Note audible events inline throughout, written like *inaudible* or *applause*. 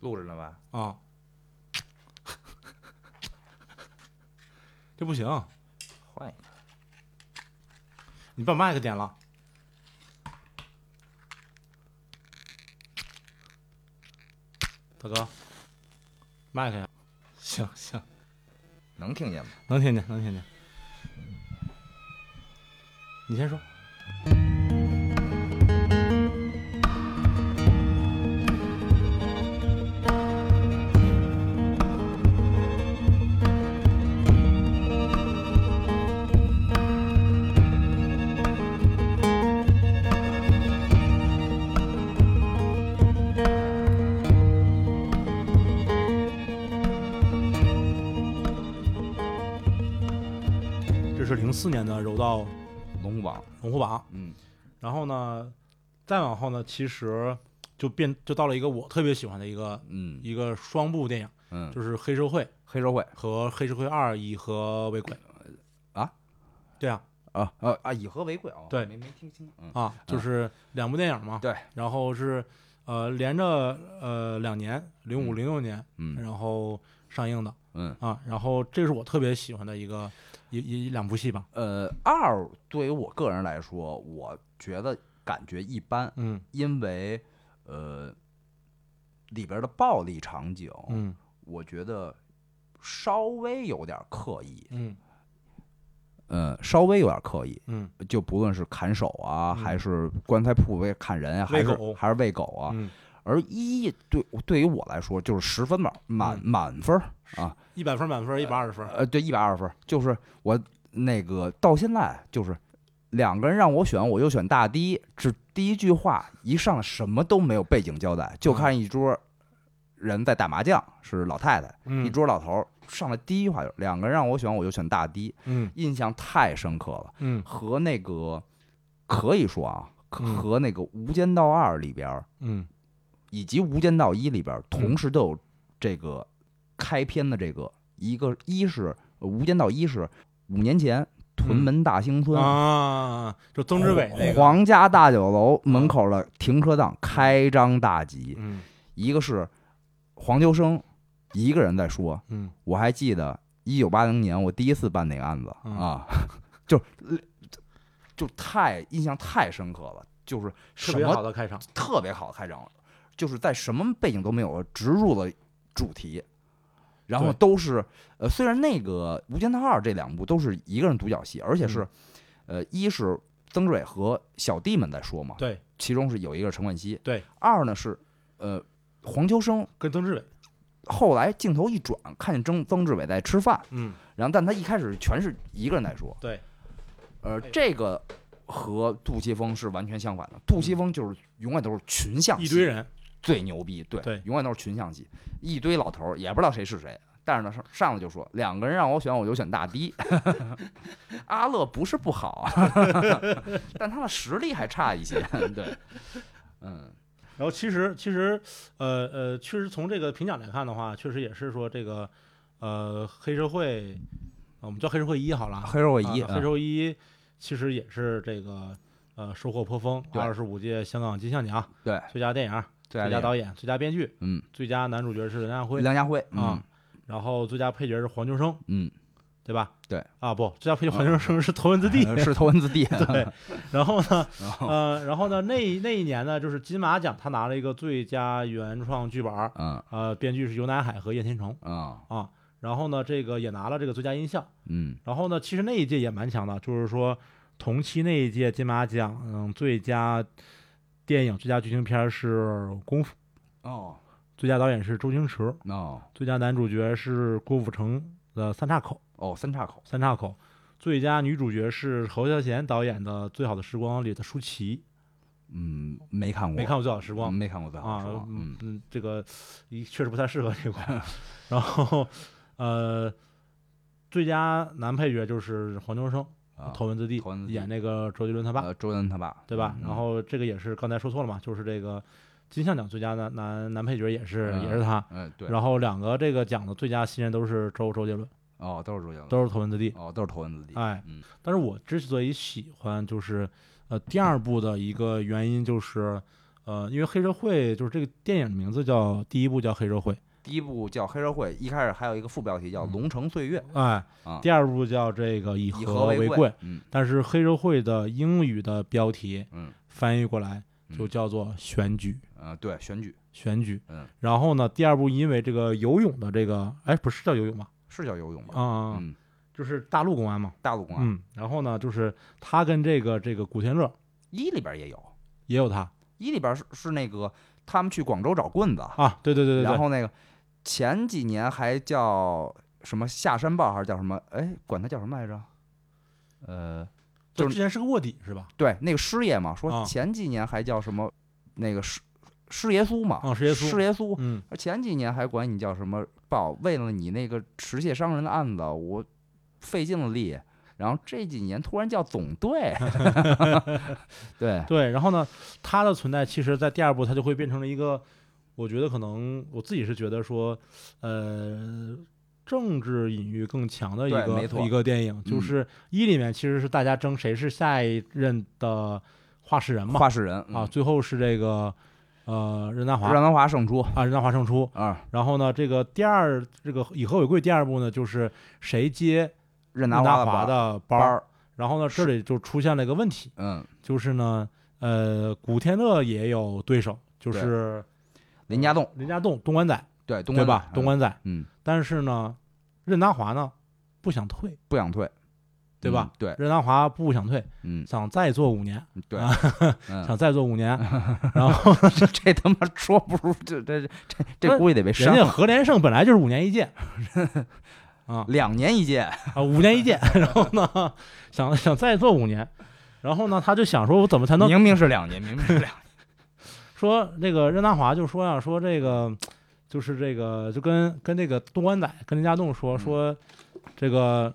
录着呢吧？啊， *laughs* 这不行，换一个，你把麦克点了。大哥，麦克呀，行行，能听见吗？能听见，能听见。你先说，这是零四年的柔道龙虎榜，龙虎榜，嗯，然后呢，再往后呢，其实就变就到了一个我特别喜欢的一个嗯一个双部电影，嗯，就是《黑社会》黑社会和《黑社会二》以和为贵啊，对啊啊啊啊，以和为贵啊，对没没听清，嗯啊，就是两部电影嘛，对，然后是呃连着呃两年，零五零六年，嗯然后上映的嗯，啊，然后这是我特别喜欢的一个一一一两部戏吧，呃，二对于我个人来说，我觉得感觉一般，嗯因为呃里边的暴力场景，嗯我觉得稍微有点刻意，嗯嗯，稍微有点刻意，嗯就不论是砍手啊，嗯还是棺材铺喂砍人啊，还喂是狗还是喂狗啊，嗯，而一对对于我来说就是十分满满嗯满分儿啊，一百分满分一百二十分，呃，对，一百二十分儿，就是我那个到现在就是两个人让我选，我就选大堤，只第一句话一上来什么都没有背景交代，嗯就看一桌人在打麻将，是老太太，嗯一桌老头儿，上来第一句话就是两个人让我选，我就选大堤，嗯印象太深刻了。嗯和那个可以说啊，可嗯和那个《无间道二》里边儿嗯以及《无间道一》里边儿，同时都有这个开篇的这个一个一是呃《无间道一》是五年前屯门大兴村。嗯啊，就曾志伟那个，皇家大酒楼门口的停车档开张大吉，嗯一个是黄秋生一个人在说，嗯我还记得一九八零年我第一次办那个案子、嗯啊， *laughs* 就是呃就太印象太深刻了，就是什特别好么的开场，特别好的开场，就是在什么背景都没有植入了主题，然后对都是呃，虽然那个《无间道二》这两部都是一个人独角戏，而且是、呃，一是曾志伟和小弟们在说嘛，嗯对，其中是有一个陈冠希，对，二呢是呃黄秋生。跟曾志伟，后来镜头一转，看见曾曾志伟在吃饭，嗯然后但他一开始全是一个人在说，对，呃，这个和杜琪峰是完全相反的。杜琪峰就是永远都是群像戏，嗯一堆人，最牛逼，对，对永远都是群像戏，一堆老头儿也不知道谁是谁。但是呢，上上来就说两个人让我选，我就选大堤。阿乐不是不好啊，但他的实力还差一些。对，嗯然后其实其实呃呃，确实从这个评奖来看的话，确实也是说这个呃黑社会，呃我们叫黑社会一好了，黑社会啊一嗯黑社会一其实也是这个呃收获颇丰，对二十五届香港金像奖对最佳电影、最最佳佳导导演、最佳编剧、嗯最佳男主角是梁家辉梁家辉啊，然后最佳配角是黄秋生，嗯对吧？对啊，不，最佳配角黄秋生是头文字 D，嗯是头文字 D 对，然后呢，然后呃，然后呢，那一那一年呢，就是金马奖，他拿了一个最佳原创剧本儿，嗯呃，编剧是游乃海和叶天成啊啊。然后呢，这个也拿了这个最佳音效。嗯然后呢，其实那一届也蛮强的，就是说同期那一届金马奖，嗯，最佳电影、最佳剧情片是《功夫》，哦最佳导演是周星驰，哦最佳男主角是郭富城的《三岔口》。哦三岔口三岔口，最佳女主角是侯孝贤导演的《最好的时光》里的舒淇，嗯没看过没看过《最好的时光嗯》没看过最好的时啊光，嗯嗯嗯，这个一确实不太适合这块 *laughs* 儿。然后，呃，最佳男配角就是黄秋生，啊头文字 D 头文字 D 演那个周杰伦他爸，呃周杰伦他爸对吧？嗯然后这个也是刚才说错了嘛，就是这个金像奖最佳男男男配角也是也是他。嗯对然后两个这个奖的最佳新人都是周周杰伦，哦都是周杰伦都是头文字 D。哦都是头文字 D 哎嗯但是我之所以喜欢，就是呃第二部的一个原因就是，嗯、呃，因为黑社会就是这个电影的名字叫第一部叫黑社会，第一部叫《黑社会》，一开始还有一个副标题叫《嗯龙城岁月》哎，啊，第二部叫这个以以和为为贵，贵，嗯但是黑社会的英语的标题嗯翻译过来就嗯叫做选举，呃，对，选举选举。嗯，然后呢，第二部因为这个游泳的这个，哎，不是叫游泳吧？是叫游泳吧？啊、嗯，就是大陆公安嘛。大陆公安嗯，然后呢，就是他跟这个这个古天乐一里边也有，也有他一里边是是那个他们去广州找棍子，啊，对对对对然对，后那个前几年还叫什么下山报还是叫什么？哎，管他叫什么来着？呃，就就是之前是个卧底是吧？对，那个师爷嘛，啊说前几年还叫什么那个师师爷苏嘛，啊师爷苏师爷苏，嗯，前几年还管你叫什么报，为了你那个持械伤人的案子，我费尽了力。然后这几年突然叫总 *laughs* 队，对，对。然后呢，他的存在其实，在第二部他就会变成了一个，我觉得可能我自己是觉得说，呃。政治隐喻更强的一对个没错一个电影，就嗯是一里面其实是大家争谁是下一任的话事人嘛，话事人啊，，最后是这个呃任达华嗯任达华胜出啊，任达华胜出。啊，然后呢，这个第二这个以和为贵第二部呢，就是谁接任任达达华华的班班儿。，然后呢，这里就出现了一个问题，嗯，就是呢，呃，古天乐也有对手，就是林家栋，林家栋、东关仔，对，东对关吧？仔东，关仔。嗯，嗯但是呢，任达华呢不想退，不想退，对嗯？吧对，任达华不想退，嗯，想再做五年， *laughs* 对啊，嗯，想再做 *laughs* 五年。然后呢这这他妈说不如这这这不是这估计得被人删家了，何连胜本来就是五年一届，啊，两年一届，啊，五年一届， *laughs* 然后呢，想想再做五年，然后呢，他就想说，我怎么才能明明是两年，明明是两年，说那个任达华就说呀、说这个就是这个就跟跟那个东关仔跟林家栋说嗯说这个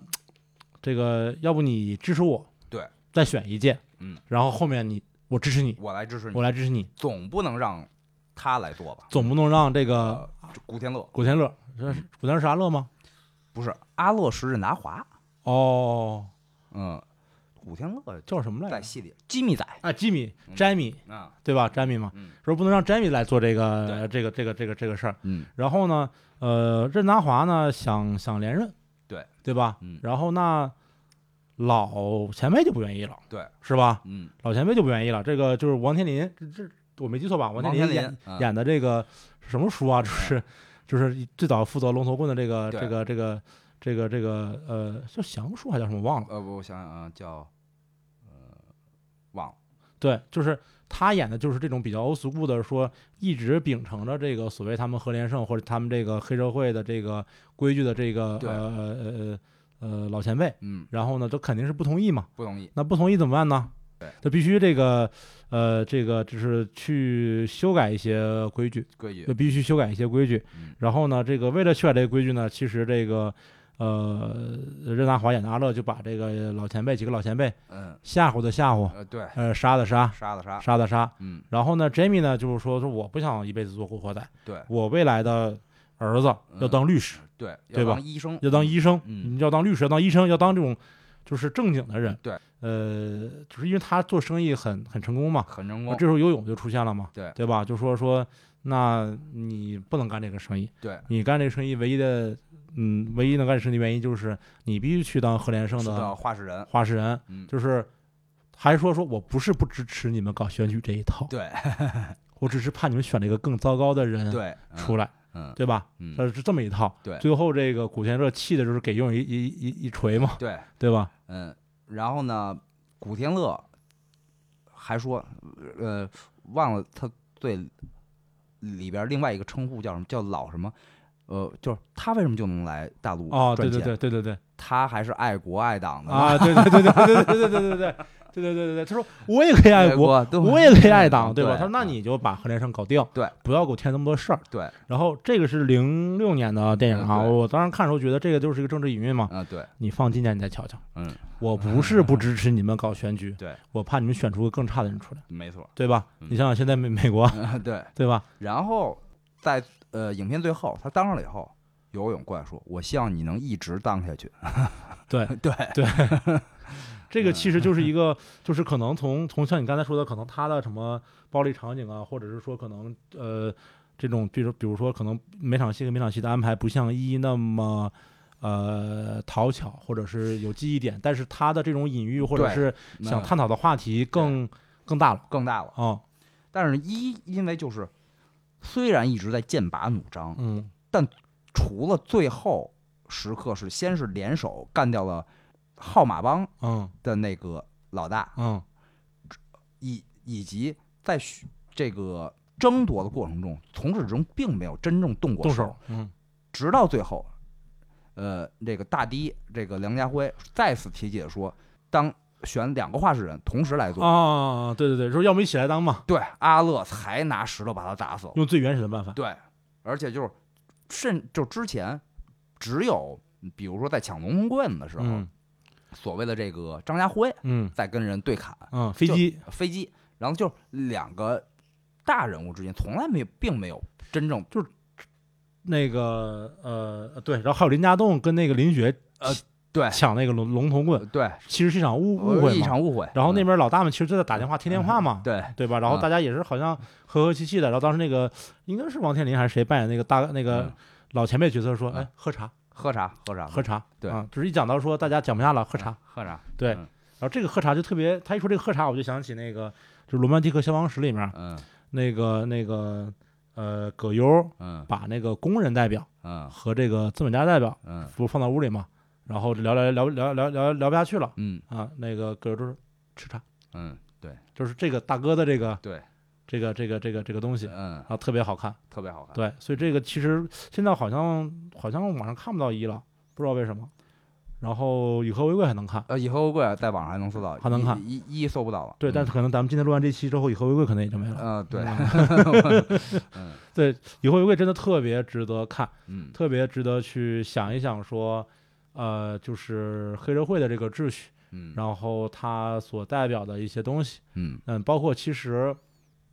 这个，要不你支持我，对，再选一届，嗯，然后后面你我支持你，我来支持你我，来支持你，总不能让他来做吧？总不能让这个呃，古天乐古天乐，这嗯是古天乐是阿乐吗？不是阿乐是任达华，哦，嗯，古天乐叫什么来在着？戏里吉米仔啊，吉米嗯詹米啊，对吧？詹米嘛，嗯说不能让詹米来做这个这个这个这个这个事儿。嗯，然后呢，呃，任达华呢想想连任，对对吧？嗯然后那老前辈就不愿意了，对，是吧？嗯，老前辈就不愿意了。这个就是王天林，这这我没记错吧？王王林天演林嗯演的这个什么书啊？就是就是最早负责龙头棍的这个对这个这个这个这个呃，叫降书还叫什么忘了？呃，我想想啊，叫呃，忘了，对，就是他演的就是这种比较 old school 的，说一直秉承着这个所谓他们和联胜或者他们这个黑社会的这个规矩的这个对呃呃呃呃老前辈，嗯，然后呢，都肯定是不同意嘛。不同意，那不同意怎么办呢对？那必须这个呃这个就是去修改一些规矩，规矩就，必须修改一些规矩嗯。然后呢，这个为了修改这个规矩呢，其实这个。呃，任达华演的阿乐就把这个老前辈几个老前辈嗯，吓唬的吓唬，呃，对，呃，杀的杀，杀的杀，杀的杀。嗯，然后呢，Jamie 呢就是说说我不想一辈子做古惑仔，对我未来的儿子要当律师，对，对要吧当医生，要当医生，嗯要当律师，要当医生，要当这种就是正经的人。对，呃，就是因为他做生意很很成功嘛，很成那功这，时候游泳就出现了嘛，对对吧？就说说，那你不能干这个生意，对，你干这个生意唯一的，嗯，唯一能干这生意的原因就是你必须去当何连胜是的的，话事人，话事人，嗯，就是还说说我不是不支持你们搞选举这一套，对我只是怕你们选了一个更糟糕的人对，嗯出来，嗯对吧？嗯，呃，是这么一套。对最后这个古天乐气的就是给用一一一一锤嘛，对，对吧？嗯，然后呢，古天乐还说，呃，忘了他对里边儿另外一个称呼叫什么，叫老什么，呃，就是他为什么就能来大陆哦，对赚对钱？对对对对，他还是爱国爱党的嘛 *laughs* 啊，对对对对对对对对对对对对对对对对，他说我也可以爱国，，对我也可以爱党，对吧？嗯 *laughs* 对他说那你就把何连胜搞定，对，不要给我添那么多事儿。对，然后这个是零六年的电影啊，嗯对我当时看的时候觉得这个就是一个政治隐喻嘛，啊，对，你放今年你再瞧瞧，嗯，我不是不支持你们搞选举， *laughs* 对我怕你们选出个更差的人出来，没错，对吧？嗯你想想现在美美国，啊 *laughs* 对。对吧？然后在呃影片最后，他当上了以后， *laughs* 游泳过来说：“我希望你能一直当下去。对对对，这个其实就是一个，就是可能从从像你刚才说的，可能他的什么暴力场景啊，或者是说可能呃这种，比如比如说可能每场戏跟每场戏的安排不像一那么呃讨巧，或者是有记忆点，但是他的这种隐喻或者对嗯是想探讨的话题更更大了更大了。啊，但是一因为就是虽然一直在剑拔弩张，嗯除了最后时刻是先是联手干掉了号码帮嗯的那个老大，嗯以以及在许这个争夺的过程中，从始至终并没有真正动过动手，嗯直到最后，呃，这个大堤这个梁家辉再次提起说，当选两个话事人同时来做，啊，对对对，说要么一起来当嘛，对阿乐才拿石头把他砸死了。用最原始的办法，对，而且就是甚就之前只有比如说在抢龙门棍的时候，嗯所谓的这个张家辉嗯在跟人对砍嗯，飞就机，飞机，然后就两个大人物之间从来没有并没有真正那个呃对，然后还有林家栋跟那个林雪呃对抢那个龙龙头棍，对其实是一场误误会哎一嘛。场误会，然后那嗯边老大们其实就在打电话贴电话嘛，对对吧？然后嗯大家也是好像和和气气的。然后当时那个应该是王天林还是谁扮演那个大那个嗯老前辈角色说：“嗯哎，喝茶，喝茶喝茶喝茶。”对啊，就是一讲到说大家讲不下了，喝茶。喝茶，对，嗯然后这个喝茶就特别，他一说这个喝茶，我就想起那个就是《罗曼蒂克消亡史》里面嗯那个那个呃葛优嗯把那个工人代表嗯和这个资本家代表嗯不是放到屋里嘛，然后聊聊聊聊聊聊聊不下去了嗯啊，那个葛优就说吃茶。嗯对就是这个大哥的这个对这个这个这个这个东西嗯啊，特别好看。特别好看，对，所以这个其实现在好像好像网上看不到一了，不知道为什么。然后以和为贵还能看，呃以后贵在网上还能搜到，还能一看一一搜不到了，对，但嗯是可能咱们今天录完这期之后，以和为贵可能也就没了。呃 *laughs* 对，嗯对，以和为贵真的特别值得看，嗯特别值得去想一想说，呃，就是黑社会的这个秩序，嗯然后它所代表的一些东西，嗯嗯，包括其实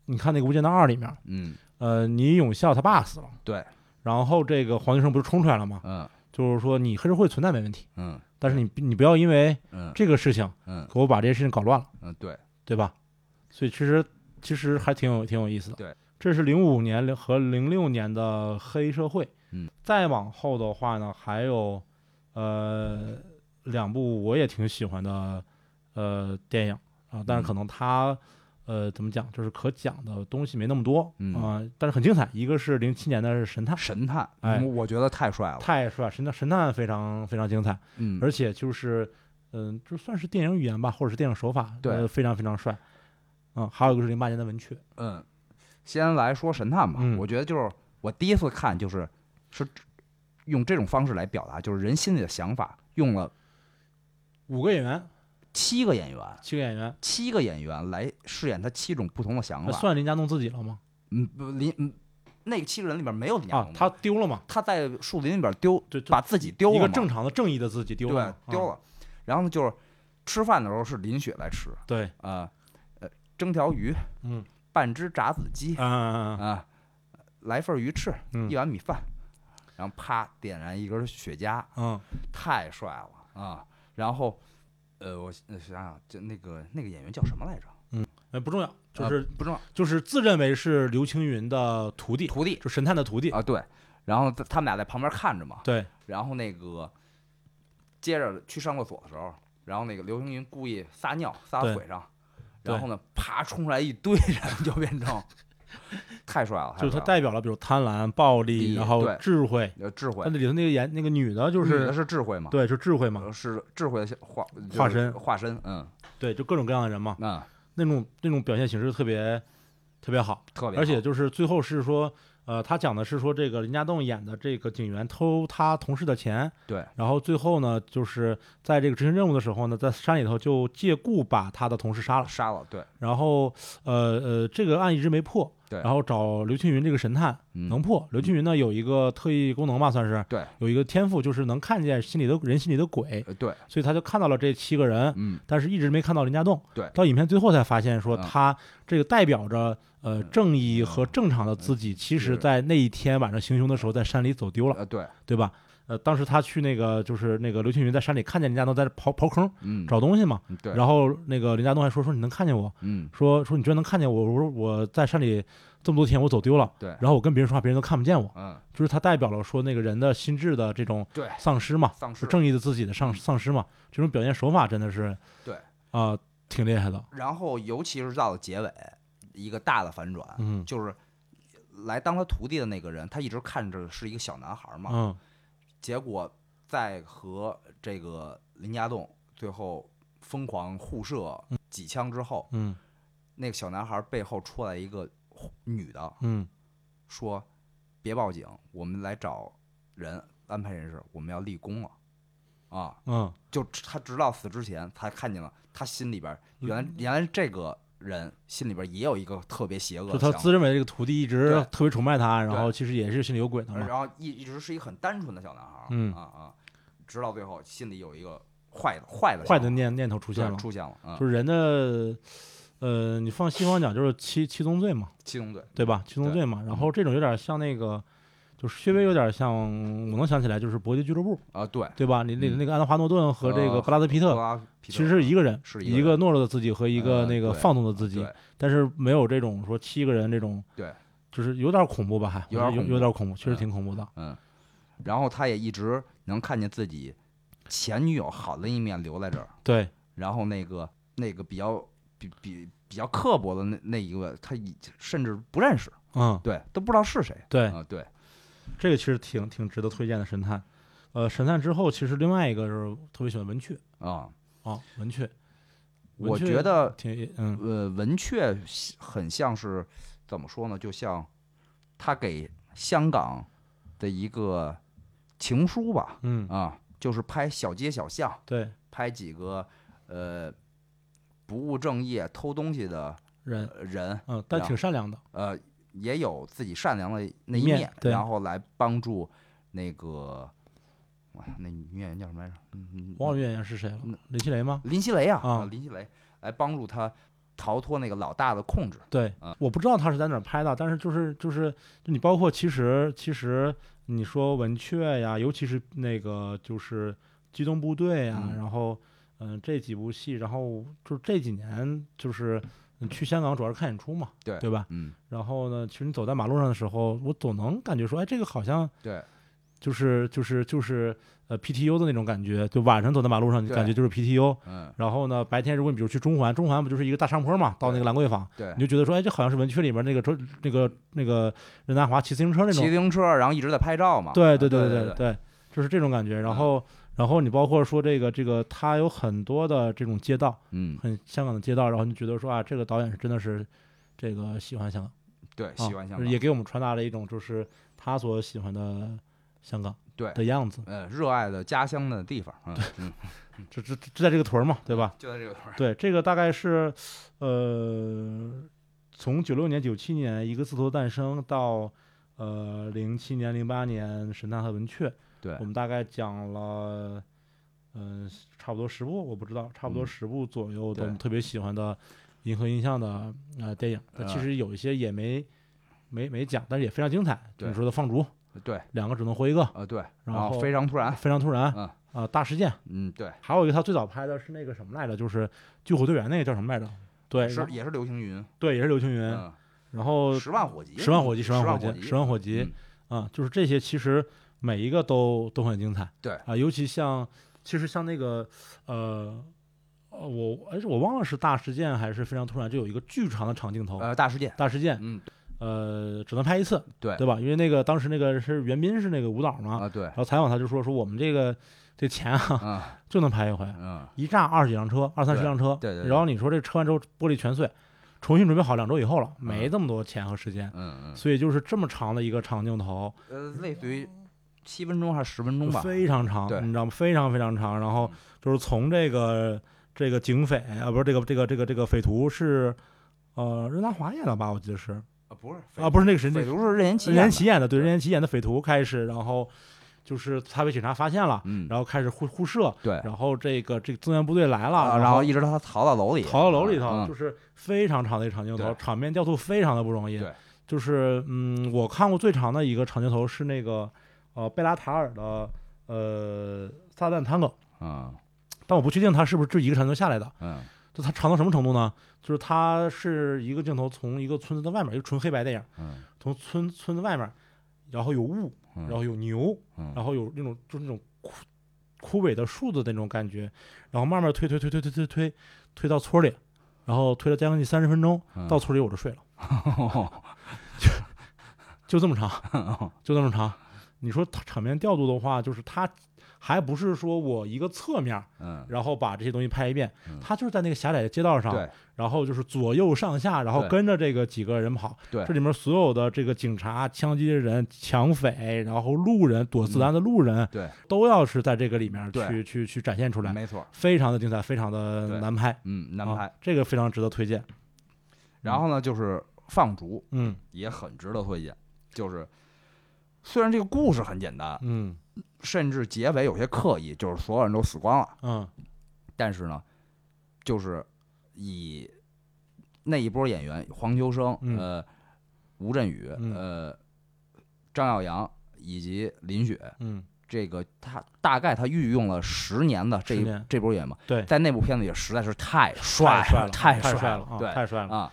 你看那个《无间道二》里面，嗯呃，倪永孝他爸死了，对，然后这个黄秋生不是冲出来了吗？嗯就是说你黑社会存在没问题，嗯但是你你不要因为嗯这个事情嗯给我把这些事情搞乱了，嗯对对吧？所以其实其实还挺有挺有意思的。对，这是零五年和零六年的黑社会。嗯，再往后的话呢，还有呃两部我也挺喜欢的呃电影啊，嗯但是可能它。呃，怎么讲？就是可讲的东西没那么多啊、嗯但是很精彩。一个是零七年的《神探》，神探，哎嗯我觉得太帅了，太帅，神探神探非常非常精彩，嗯而且就是，嗯、就算是电影语言吧，或者是电影手法，对呃非常非常帅。嗯，还有一个是零八年的文雀，嗯，先来说神探吧，嗯我觉得就是我第一次看就是是用这种方式来表达，就是人心里的想法，用了五个演员，七个演员，七个演员，七个演员来饰演他七种不同的想那法。算林家栋自己了吗？嗯，不林嗯，那个七个人里边没有林家啊栋，的他丢了嘛？他在树林里边丢，对，就把自己丢了一个嘛正常的正义的自己丢对了嘛，丢啊了。然后就是吃饭的时候是林雪来吃对，啊，呃，蒸条鱼，嗯，半只炸子鸡啊啊啊，啊，来份鱼翅，嗯一碗米饭，然后啪点燃一根雪茄，嗯，太帅了啊！然后，呃，我想想，就那个那个演员叫什么来着？哎，不重要，就啊是不重要，就是自认为是刘青云的徒弟，徒弟就神探的徒弟，啊，对。然后他他们俩在旁边看着嘛，对，然后那个接着去上厕所的时候，然后那个刘青云故意撒尿撒对腿上，对然后呢，啪冲出来一堆人， *laughs* 就变 *laughs* 成太帅了，就是他太帅了代表了比如贪婪、暴力，力然后对嗯智慧。呃智慧那，里头那个演那个女的，就女的是是智慧嘛，嗯对，就智慧嘛，呃，是智慧的像化就是化身化身，嗯，对，就各种各样的人嘛，那那种那种表现形式特别特别好，特别好，而且就是最后是说，呃，他讲的是说这个林家栋演的这个警员偷他同事的钱，对，然后最后呢，就是在这个执行任务的时候呢，在山里头就借故把他的同事杀了，杀了，对，然后呃呃，这个案一直没破，对然后找刘青云这个神探嗯能破，刘青云呢有一个特异功能吧，算是对，有一个天赋，就是能看见心里的人心里的鬼，呃对，所以他就看到了这七个人，嗯，但是一直没看到林家栋。对到影片最后才发现说嗯他这个代表着呃正义和正常的自己，其实嗯是在那一天晚上行凶的时候在山里走丢了，呃对，对吧？呃，当时他去那个就是那个刘青云在山里看见林家栋在这刨刨坑嗯，找东西嘛，嗯对，然后那个林家栋还说说你能看见我，嗯说说你居然能看见我，我说我在山里这么多天我走丢了，对然后我跟别人说话别人都看不见我，嗯，就是他代表了说那个人的心智的这种对丧失嘛，丧是尸。正义的自己的丧丧失嘛，这种表现手法真的是嗯对哎啊、挺厉害的，然后尤其是到了结尾，一个大的反转，嗯就是来当他徒弟的那个人，他一直看着是一个小男孩嘛，嗯结果在和这个林家栋最后疯狂互射几枪之后，嗯那个小男孩背后出来一个女的，嗯说：“别报警，我们来找人安排人事，我们要立功了。”啊，嗯，就他直到死之前才看见了，他心里边嗯原来原来这个人心里边也有一个特别邪恶就的他想自认为这个徒弟一直对特别崇拜他，然对哎后其实也是心里有鬼的法，嘛，然后一一直是一个很单纯的小男孩，嗯啊啊，直到最后心里有一个坏的坏的坏的想法念念头出出现了，出现了，嗯，就是人的呃，你放西方讲就是七七宗罪嘛，七宗罪，对吧？七宗对嗯罪嘛，然后这种有点像那个，就是稍微有点像，我能想起来就是《搏击俱乐部》，啊，对，对吧？你那嗯那个安德华诺顿和这个呃布拉德皮格特，拉皮其特实是一个人，是一一个个懦弱的自己和一个呃那个对放纵的自己，对，但是没有这种说七个人这种，对，就是有点恐怖吧，还有我点恐怖觉得有点恐怖，确实嗯挺恐怖的。嗯，然后他也一直能看见自己前女友好的一面留在这儿，对，然后那个那个比较比比比较刻薄的那那一个，他以甚至不认识，嗯，对，都不知道是谁。对，啊、对，这个其实挺挺值得推荐的神探。呃，神探之后，其实另外一个就是特别喜欢文雀啊、啊，文雀，文我雀觉得挺嗯呃，文雀很像是怎么说呢？就像他给香港的一个情书吧，嗯，啊，就是拍小街小巷，对拍几个呃不务正业、偷东西的人呃人，嗯，但然挺善良的，呃，也有自己善良的那一一面面，对然后来帮助那个，哇，那女演员叫什么来着？嗯嗯，忘了演员是谁了嗯，林熙蕾吗？林熙蕾啊，啊林熙蕾来帮助他逃脱那个老大的控制。对啊，我不知道他是在哪儿拍的，但是就是就是就你包括其实其实你说文雀呀，尤其是那个就是机动部队呀，嗯然后嗯、这几部戏，然后就是这几年就是嗯去香港主要是看演出嘛，对对吧？嗯，然后呢，其实你走在马路上的时候，我总能感觉说，哎，这个好像对就是就是就是呃 PTU 的那种感觉，就晚上走在马路上，你对感觉就是 PTU。嗯，然后呢，白天如果你比如去中环，中环不就是一个大上坡嘛，到那个对兰桂坊，对你。就觉得说，哎，这好像是文区里面那个周那个那个任达华骑自行车那骑种自，行车，然后一直在拍照嘛。对对对对嗯对，就是这种感觉。然后然后你包括说这个这个，它有很多的这种街道，嗯，很香港的街道，然后你觉得说啊，这个导演是真的是这个喜欢香港。对，啊喜欢香就是港，也给我们传达了一种就是他所喜欢的香港对的样子，呃，热爱的家乡的地方，嗯，嗯这这这在这个屯儿嘛，对 *laughs* 吧？就在这个地方。 *laughs* 对，这个大概是呃，从九六年、九七年一个字头诞生到呃零七年、零八年神探和文雀，对我，们大概讲了。嗯，差不多十部，我不知道，差不多嗯十部左右的对我们特别喜欢的银河印象的呃电影，但其呃实有一些也没没没讲，但是也非常精彩。就你对说的《放逐》，对，两个只能活一个，呃，对，然然后后非常突然，非常突然啊、嗯大事件。嗯，对，还有一个他最早拍的是那个什么来着，就是《救火队员》那个叫什么来着？对，是也是流星云，对，也是刘青云。嗯，然后十万火急，十万火急，十万万火火急，急十万火急嗯啊、就是这些，其实每一个都都很精彩。对啊、尤其像其实像那个呃。呃，我哎，我忘了是大事件还是非常突然，就有一个巨长的长镜头，呃，大事件，大事件，嗯，呃，只能拍一次，对对吧？因为那个当时那个是袁彬是那个舞蹈嘛，啊，对，然后采访他就说说我们这个这钱啊啊，就能拍一回，嗯，一炸二十几辆车，二三十对辆车，对对对然后你说这车完之后玻璃全碎，重新准备好两周以后了，没嗯这么多钱和时间，嗯所以就是这么长的一个长镜头，嗯，呃，类似于七分钟还是十分钟吧，非常长，对你知道吗？非常非常长。然后就是从这个这个警匪啊，不是这个这个这个这个匪徒是呃任达华演的吧？我记得是啊，不是啊，不是那个谁，那匪徒是任贤齐任演的，贤齐演的，对，对任贤齐演的匪徒开始，然后就是他被警察发现了，嗯，然后开始互互射。对，然后这个这个增援部队来了，啊，然然后一直到他逃到楼里，逃到楼里头，嗯就是非常长的一个长镜头，对场面调度非常的不容易对。就是嗯，我看过最长的一个长镜头是那个呃贝拉塔尔的呃撒旦探戈，嗯但我不确定它是不是就一个长镜头下来的。嗯就它长到什么程度呢？就是它是一个镜头从一个村子的外面，一个纯黑白电影，嗯从村村子外面，然后有雾，嗯，然后有牛，嗯然后有那种就是那种枯枯萎的树的那种感觉，然后慢慢推推推推推推推推到村里，然后推了将近三十分钟，嗯到村里我就睡了，哦就这么长，就这么长。你说它场面调度的话，就是它还不是说我一个侧面， *laughs* 嗯然后把这些东西拍一遍嗯，它就是在那个狭窄的街道上，对然后就是左右上下，然后对跟着这个几个人跑。对这里面所有的这个警察、枪击人、抢匪，然后路人躲子弹的路人，嗯对，都要是在这个里面对去去去展现出来，没错，非常的精彩，非常的对难拍，嗯，难啊嗯拍。这个非常值得推荐。然后呢，就是放逐嗯也很值得推荐，就是虽然这个故事很简单，嗯甚至结尾有些刻意，就是所有人都死光了，嗯但是呢，就是以那一波演员黄秋生、嗯呃吴镇宇、嗯呃张耀扬以及林雪，嗯这个他大概他御用了十年的这十一年这波演员嘛，对在那部片子也实在是太帅太帅了太太帅帅了了啊，对，太帅了啊，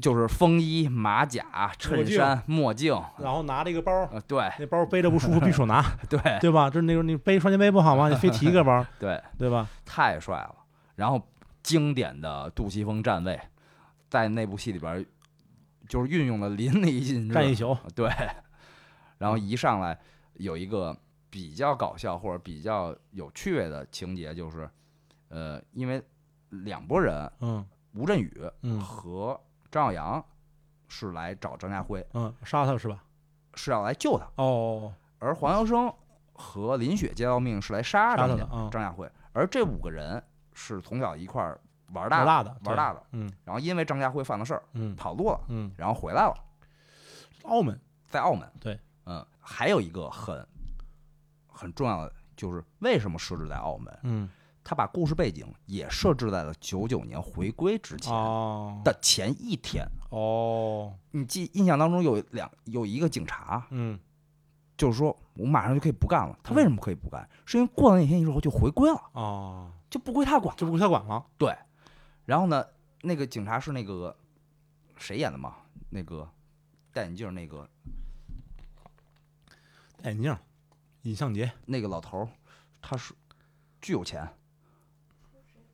就是风衣、马甲、衬衫、墨镜，然后拿了一个包，呃，对那包背着不舒服，必 *laughs* 手拿， *laughs* 对对吧？就是那种你背双肩背不好吗？你非提一个包， *laughs* 对，对吧？太帅了。然后经典的杜琪峰站位，在那部戏里边儿就是运用了淋漓尽致，站一宿，对，然后一上来有一个比较搞笑或者比较有趣味的情节，就是，呃，因为两拨人，嗯吴镇宇 *laughs* 嗯和张耀扬是来找张家辉，嗯，杀他是吧？是要来救他，哦，而黄秋生和林雪接到命令是来杀嗯杀他张的家啊，张家辉，而这五个人是从小一块儿玩玩大的，大的，玩大的，对，嗯然后因为张家辉犯了事儿嗯跑路了，嗯，然后回来了，澳门，在澳门。对，嗯，还有一个很很重要的就是为什么设置在澳门，嗯他把故事背景也设置在了九九年回归之前哦的前一天。哦，你记印象当中有两有一个警察，嗯就是说我马上就可以不干了。他为什么可以不干？是因为过了那天以后就回归了，哦，就不归他管。就不归他管了，对，然后呢，那个警察是那个谁演的嘛？那个戴眼镜儿那个戴眼镜，尹相杰，那个老头儿，他是巨有钱，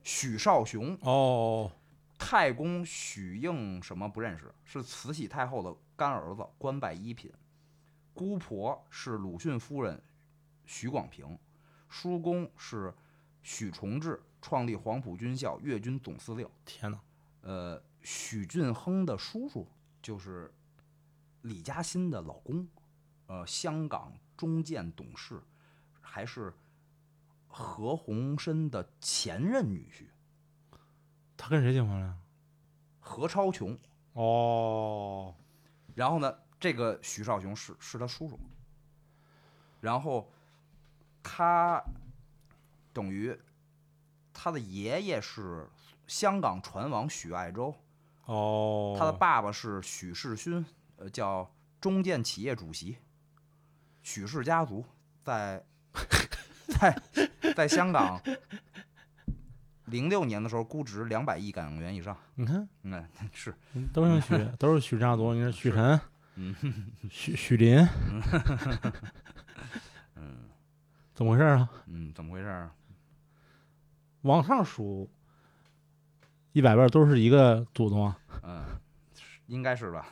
许绍雄，哦太公许应什么不认识，是慈禧太后的干儿子，官拜一品。姑婆是鲁迅夫人许广平，叔公是许崇智，创立黄埔军校粤军总司令。天哪，呃，许俊亨的叔叔就是李嘉欣的老公，呃，香港中建董事，还是何鸿燊的前任女婿他跟谁结婚了？何超琼。哦，然后呢，这个许绍雄是是他叔叔，然后他等于他的爷爷是香港船王许爱周，哦，他的爸爸是许世勋，呃，叫中建企业主席，许氏家族在在在香港零六年的时候估值两百亿港元以上，你看，嗯， *laughs* 是都姓许， *laughs* 都是许家族，你看许晨，嗯，许 *laughs* 许林，嗯，怎么回事啊？嗯，怎么回事儿？往上数一百辈儿都是一个祖宗啊，嗯，是应该是吧，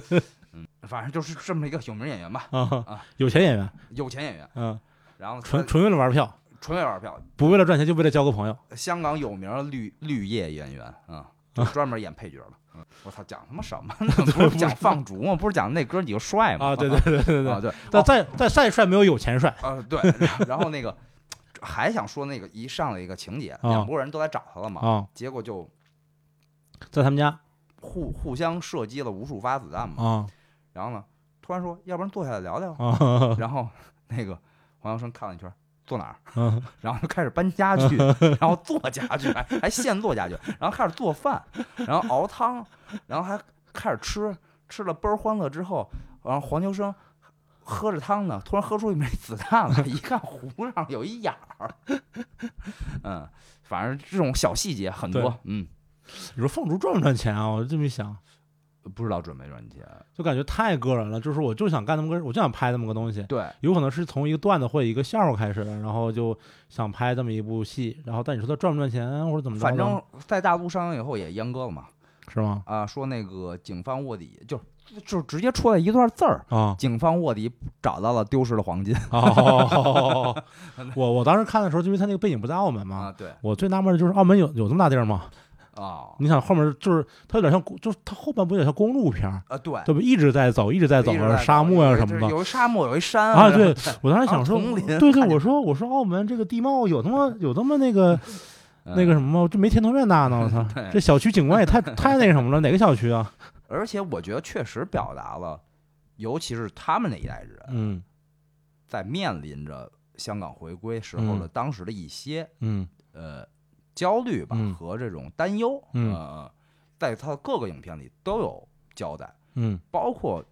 *laughs* 嗯，反正就是这么一个有名演员吧，啊， *laughs* 有钱演员，有钱演员，嗯，然后纯他纯为了玩票，纯为玩票，不为了赚钱，就为了交个朋友。香港有名儿绿绿叶演员 *laughs* 啊，就专门演配角的。嗯我操，讲他妈什么呢？不是讲放逐吗？不是讲那哥几个帅吗？啊，对对对对哎啊对，对，但哦再再再帅没有有钱帅，啊对，然后 *laughs* 然后那个还想说那个一上来一个情节，两拨人都来找他了嘛，啊，结果就在他们家互互相射击了无数发子弹嘛，啊然后呢，突然说要不然坐下来聊聊，啊然后那个黄晓生看了一圈。坐哪儿？啊 *laughs* 然后就开始搬家具， *laughs* 然后做家具，还还现做家具，然后开始做饭，然后熬汤，然后还开始吃，吃了倍儿欢乐之后，然后黄秋生喝着汤呢，突然喝出一枚子弹来，一看壶上有一眼儿。嗯，反正这种小细节很对多。嗯，你说凤竹赚不赚钱啊？我这么一想，不知道准没啊赚钱。就感觉太个人了。就是我就想干那么个，我就想拍那么个东西。对，有可能是从一个段子或者一个笑话开始的，然后就想拍这么一部戏。然后但你说他赚不赚钱或者怎么着呢？反正在大陆上映以后也阉割了嘛。是吗？啊，说那个警方卧底，就是就是直接出来一段字儿。 *laughs* 啊、警方卧底找到了丢失的黄金 *laughs* 哦，我我当时看的时候，因为他那个背景不在澳门嘛，啊，对我最纳闷的就是澳门有有这么大地儿吗？啊你想后面就是它有点像，就是它后半部有点像公路片儿，啊，对，对吧？一直在走，一直在走，啊一直在沙漠呀、有一什么只的。有一沙漠，有一山 *laughs* 啊，对，我当时想说，丛林对对，我说我说澳门这个地貌有他妈有他妈那个那嗯！个什么吗？这没天通苑大呢，我操 *laughs* 对这小区景观也 *laughs* 太太那什么了，哪个小区啊？嗯而且我觉得确实表达了，尤其是他们那一代人嗯在面临着香港回归时候的嗯当时的一些嗯呃焦虑吧嗯和这种担忧，嗯呃，在他各个影片里都有交代。嗯包括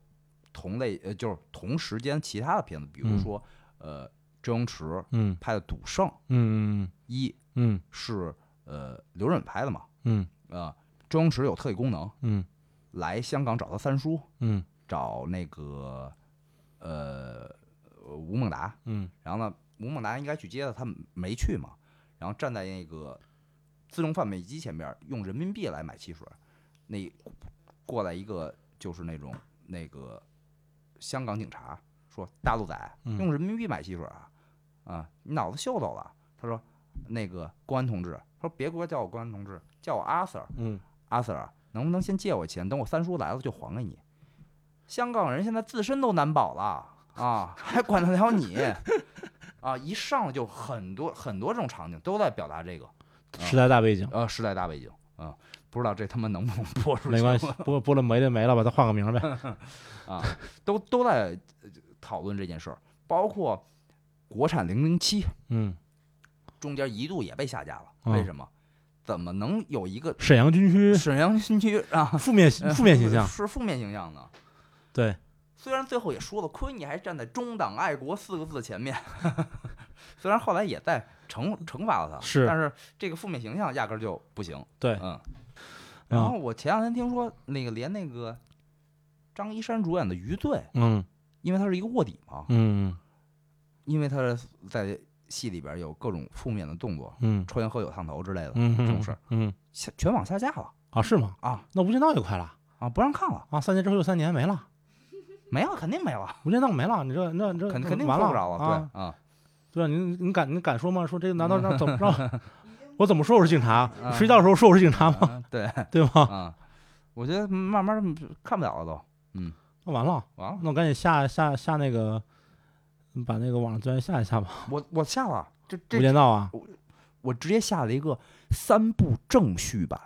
同类呃，就是同时间其他的片子，比如嗯说、呃，周星驰嗯拍的《赌圣嗯一嗯》是呃刘润拍的嘛，嗯啊、周星驰有特异功能，嗯来香港找他三叔，嗯找那个呃吴孟达，嗯然后呢，吴孟达应该去接他，他没去嘛，然后站在那个自动贩卖机前边儿，用人民币来买汽水儿，那过来一个就是那种那个香港警察说：“大陆仔，嗯用人民币买汽水儿啊，啊，你脑子秀逗了。”他说：“那个公安同志，他说别给我叫我公安同志，叫我阿 Sir，嗯阿 Sir，能不能先借我钱？等我三叔来了就还给你。香港人现在自身都难保了啊， *laughs* 还管得了你啊？一上来就很多很多这种场景都在表达这个，时代大背景。呃，时代大背景啊、不知道这他妈能不能播出去？没关系，播播了没就没了吧，再换个名儿呗。啊，都都在呃讨论这件事儿，包括国产零零七嗯，中间一度也被下架了，嗯为什么？怎么能有一个沈阳军区沈阳新区啊？呃 *laughs* 负面负面形象，是负面形象呢？对， *laughs* 虽然最后也说了，亏你还站在“中党爱国”四个字前面， *laughs* 虽然后来也在惩惩罚了他，是但是这个负面形象压根儿就不行。对嗯。然嗯后我前两天听说，那个连那个张一山主演的《余罪》，嗯因为他是一个卧底嘛，嗯因为他在戏里边有各种负面的动作，嗯抽烟、喝酒、烫头之类的，嗯，这种事儿嗯下全网下架了啊是吗？啊那《无间道》也快了啊，不让看了，啊，三年之后又三年没了，没了，肯定没了， 《无间道》没了，你这那这肯肯定完够不了着了，啊！对啊，嗯对啊，你你敢你敢说吗？说这个难道 *laughs* 让怎么着？我怎么说我是警察？啊睡觉的时候说我是警察 *laughs* 吗？嗯对对吗？啊，我觉得慢慢地看不了了都，那完了，完了，那我赶紧下下下那个，把那个网上资源下一下吧，我我下了，这《无这间道》啊，我直接下了一个三部正序版，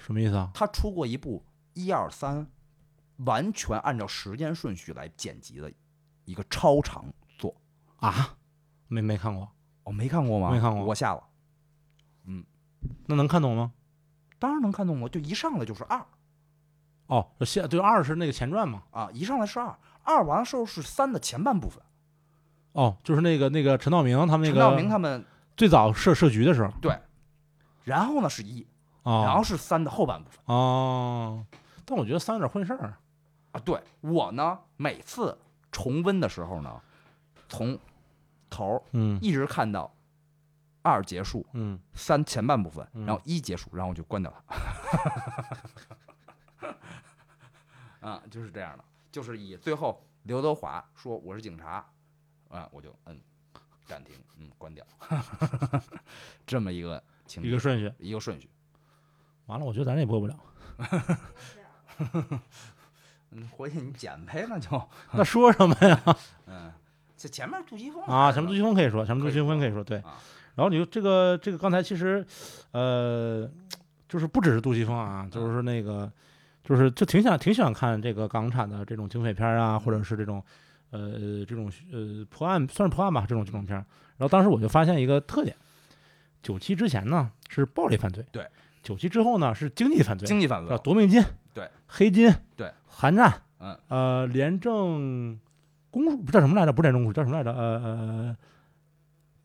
什么意思啊？它出过一部一二三，完全按照时间顺序来剪辑的一个超长作，啊，没没看过，我、没看过吗？没看过我下了，那能看懂吗？当然能看懂了，就一上来就是二哦，下对二是那个前传嘛？啊，一上来是二，二完了之后是三的前半部分，哦，就是那个那个陈道明他们那陈个道明他们，最早设设局的时候然后呢是一，然啊后是三的后半部分。哦，但我觉得三有点混事儿。啊，对我呢，每次重温的时候呢，从头儿嗯一直看到二结束，嗯，三前半部分，嗯然后一结束，然后我就关掉它。 *laughs* 啊，就是这样的，就是以最后刘德华说我是警察，啊，我就摁暂停，嗯，关掉， *laughs* 这么一个情一个节顺序。一个顺序。完了，我觉得咱也播不了。嗯，回去你剪呗，那就那说什么呀？嗯，这前面杜琪峰 *laughs* 啊，前面杜琪琪峰可以说，前面可杜以琪峰可以说对啊。然后你就这个这个刚才其实，呃，就是不只是杜琪峰啊，就是那个，就是就挺想挺喜欢看这个港产的这种警匪片儿啊，或者是这种。呃，这种呃破案算是破案吧，这种这种片儿。然后当时我就发现一个特点：九七之前呢是暴力犯罪，对；九七之后呢是经济犯罪，经济犯罪叫夺命金，对，黑金，对，韩战，嗯，呃，廉政公署叫什么来着？不是战争公署，叫什么来着？呃呃，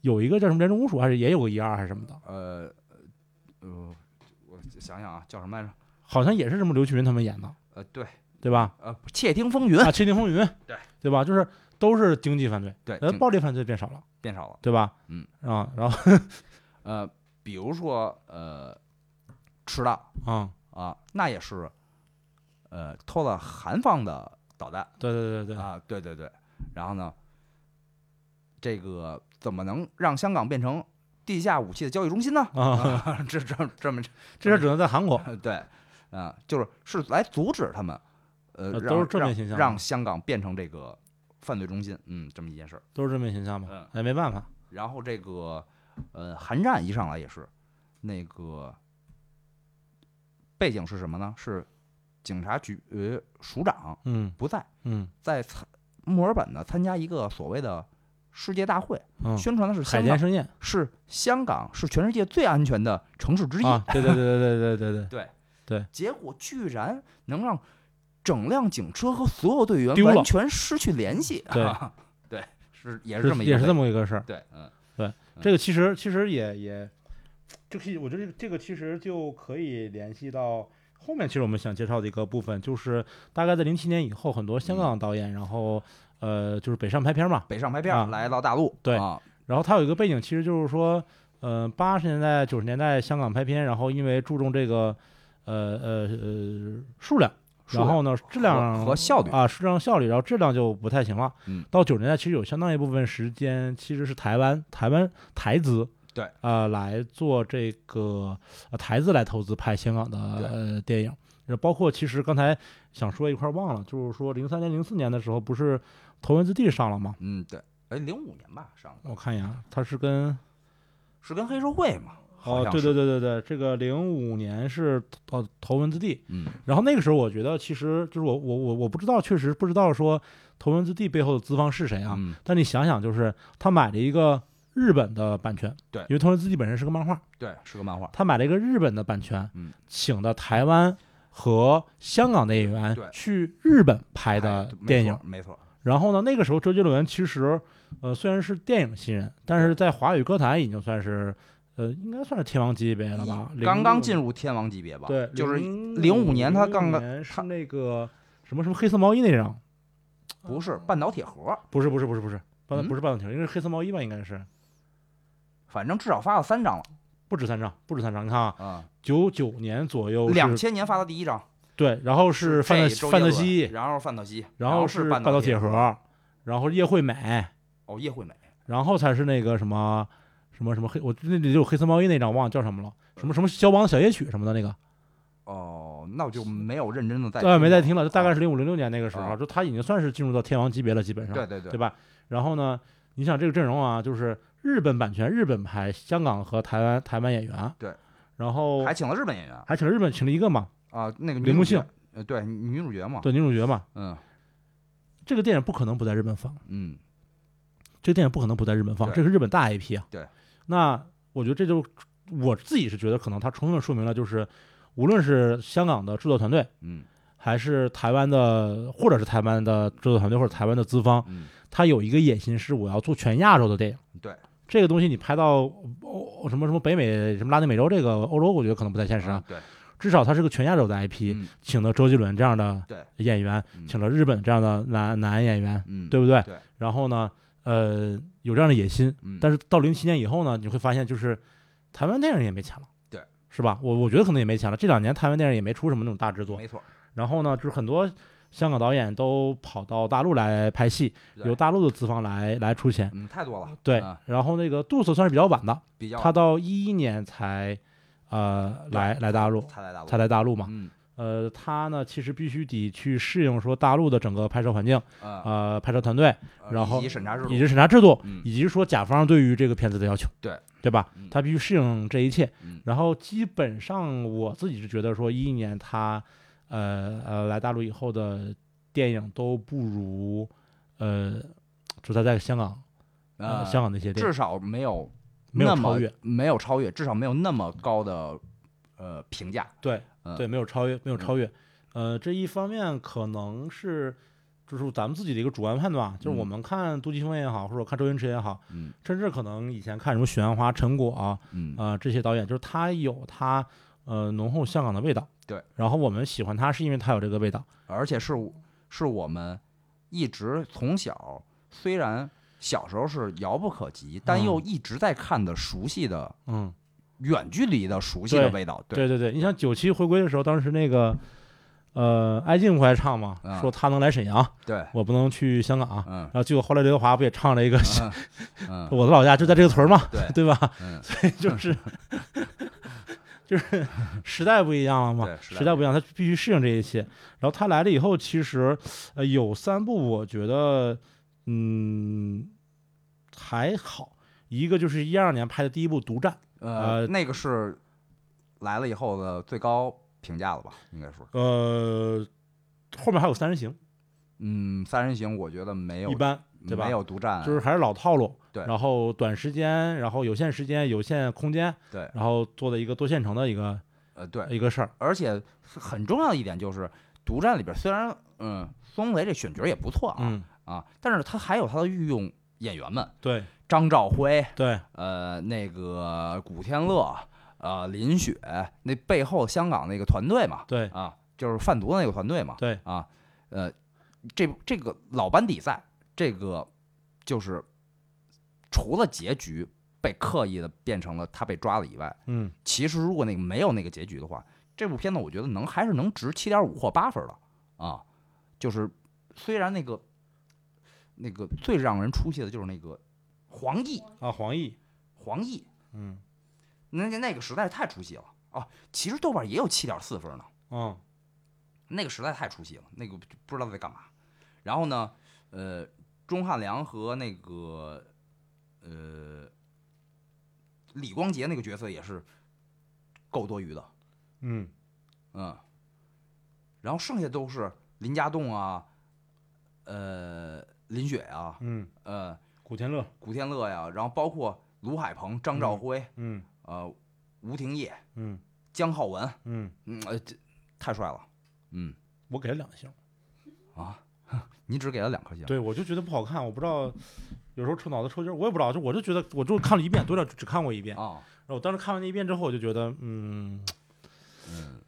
有一个叫什么战争公署，还是也有个一二还是什么的，呃呃，我想想啊，叫什么来着？好像也是什么刘青云他们演的，呃，对，对吧？呃，窃听风云， *laughs* 啊，《窃听风云》对对吧？就是都是经济犯罪，对，呃，经暴力犯罪变少了，变少了。对吧？嗯啊，然后呃，比如说呃，迟到啊，啊，那也是，呃，偷了韩方的导弹对对对对对，啊，对对对，然后呢，这个怎么能让香港变成地下武器的交易中 *laughs* 心呢？啊，这这这么这事只能在韩国，对，啊、就是是来阻止他们，呃，呃让都是正面形象让，让香港变成这个犯罪中心，嗯，这么一件事儿。都是正面形象嘛嗯，哎，没办法，然后这个，呃，韩战一上来也是，那个背景是什么呢？是警察局呃署长嗯不在，嗯在参墨尔本呢参加一个所谓的世界大会，嗯，宣传的是海香天港盛宴是香港是全世界最安全的城市之一，啊，对对对对对对对对对，结果居然能让整辆警车和所有队员丢了完全失去联系。对 *laughs* 对，是也是对这，么一也是这么么一个事儿。对，嗯嗯这个其实其实也也，这个我觉得这个这个其实就可以联系到后面，其实我们想介绍的一个部分，就是大概在零七年以后，很多香港导演，然后呃就是北上拍片嘛，北上拍片啊儿来到大陆，对啊，然后它有一个背景，其实就是说，呃，八十年代九十年代香港拍片，然后因为注重这个呃呃呃数量，数然量后呢质量和和效率啊，质量效率，然后质量就不太行了。嗯到九十年代其实有相当一部分时间其实是台湾台湾台资。对啊、来做这个、呃、台资来投资拍香港的对呃电影，呃包括其实刚才想说一块儿忘了，就是说零三年零四年的时候不是《头文字 D》上了吗？嗯，对，哎，零五年吧上的，我看一眼，啊，它是跟是跟黑社会嘛？好哦，像对是对，对对对，这个零五年是头头文字 D，嗯然后那个时候我觉得其实就是我我我我不知道，确实不知道说头文字 D 背后的资方是谁啊。嗯，但你想想，就是他买了一个日本的版权，对因为头文字 D 本身是个漫画，对，是个漫画，他买了一个日本的版权，嗯请的台湾和香港的演员对去日本拍哎的没电错影，没错，然后呢，那个时候周杰伦其实，呃，虽然是电影新人，但是在华语歌坛已经算是，呃，应该算是天王级别了吧？刚刚进入入天王级别吧？对，就是05年他刚刚年是他那个什么什么黑色毛衣那张，不是半导铁盒，不是不是不是不是，半嗯不是半导体，应该是黑色毛衣吧？应该是反正至少发了三张了不止三张，不止三张。你看啊，啊，九九年左右是两千年发的第一张对，然后是范这周德杰范德伦西，然后范特西，然后是半半导铁铁盒，然后叶惠美，哦，叶惠美，然后才是那个什么什么什么黑，我那里就有黑色毛衣那张，忘了叫什么了，嗯什么什么肖邦小夜曲什么的那个，哦，那我就没有认真的在啊呃，没在再听了，就大概是零五零六年那个时候，啊就他已经算是进入到天王级别了，基本上，对对对，吧？然后呢，你想这个阵容啊，就是日本版权，日本拍，香港和台湾台湾演员，对，然后还请了日本演员还请了日本请了一个嘛，啊，那个女铃木主角杏，呃，对，女主角嘛，对，女主角嘛，嗯这个电影不可能不在日本放，嗯，这个电影不可能不在日本放，对这是日本大 IP 啊。对，那我觉得这就我自己是觉得，可能它充分说明了，就是无论是香港的制作团队，嗯还是台湾的，或者是台湾的制作团队，或者台湾的资方，嗯，他有一个野心是我要做全亚洲的电影。对，这个东西你拍到欧什么什么北美什么拉丁美洲这个欧洲，我觉得可能不太现实啊嗯。对，至少它是个全亚洲的 IP，、嗯请了周杰伦这样的对演员，嗯请了日本这样的男男演员，嗯对不对？对然后呢，呃，有这样的野心，嗯，但是到零七年以后呢，你会发现就是台湾电影也没钱了，对，是吧？我我觉得可能也没钱了。这两年台湾电影也没出什么那种大制作，没错，然后呢，就是很多香港导演都跑到大陆来拍戏，对由大陆的资方来来出钱。嗯，太多了，对啊，然后那个杜斯算是比较晚的，比较他到一一年才呃来来大陆，才来大陆，才来大陆嘛。嗯呃，他呢其实必须得去适应说大陆的整个拍摄环境，啊，呃，拍摄团队，呃然后以及审查制度以，及审查制度，嗯以及说甲方对于这个片子的要求，对对吧嗯？他必须适应这一切。嗯然后基本上我自己是觉得说，一一年他呃呃来大陆以后的电影都不如呃，就他在香港、呃、呃香港那些电至影少没有没有那么超越，没有超越，至少没有那么高的呃评价，对嗯对，没有超越，没有嗯超越。呃，这一方面可能是就是咱们自己的一个主观判断，就是我嗯们看杜琪峰也好，或者看周星驰也好，嗯甚至可能以前看什么许鞍华、陈果啊、嗯呃这些导演，就是他有他呃浓厚香港的味道。对，然后我们喜欢他是因为他有这个味道。而且是我是我们一直从小虽然小时候是遥不可及，但嗯又一直在看的熟悉的嗯，远距离的熟悉的对味道。对，对对对，你像九七回归的时候，当时那个呃艾敬不还唱嘛，嗯说他能来 *laughs* 沈阳，对，我不能去香港。嗯然后结果后来刘德华不也唱了一个 *laughs* 嗯嗯，我的老家就在这个屯儿嘛，对对吧？嗯所以就是 *laughs* 就是时代不一样了嘛，对时代时代不一样，他必须适应这一切。然后他来了以后，其实呃有三部我觉得嗯还好，一个就是一二年拍的第一部《独占》，呃，呃那个是来了以后的最高评价了吧？应该说，呃，后面还有《三人行嗯，三人行我觉得没》，有一般对吧没有独占，就是还是老套路，哎对然后短时间，然后有限时间、有限空间，对，然后做的一个多线程的一个呃对，一个事儿。而且是很重要的一点就是，独占里边虽然嗯，孙红雷这选角也不错啊、嗯，啊，但是他还有他的御用演员们，对张兆辉，对，呃，那个古天乐，呃，林雪，那背后香港那个团队嘛，对啊，就是贩毒的那个团队嘛，对啊，呃，这这个老班底在，这个就是除了结局被刻意的变成了他被抓了以外，嗯，其实如果那个没有那个结局的话，这部片子我觉得能还是能值七点五或八分的啊。就是虽然那个那个最让人出戏的就是那个黄奕，啊，黄奕，黄奕嗯那那那个实在是太出戏了啊。其实豆瓣也有七点四分呢，嗯那个实在太出戏了，那个不知道在干嘛。然后呢，呃，钟汉良和那个呃李光洁那个角色也是够多余的。嗯，嗯，然后剩下都是林家栋啊，呃，林雪啊，嗯，呃，古天乐，古天乐呀、然后包括卢海鹏、张兆嗯辉、嗯呃，吴廷烨、嗯姜浩文，嗯，嗯，呃，这太帅了，嗯我给了两星。啊，你只给了两颗星，对，我就觉得不好看，我不知道，有时候抽脑子抽筋儿，我也不知道，就我就觉得，我就看了一遍，对了，只看过一遍。啊，然后我当时看完那一遍之后，我就觉得，嗯，嗯，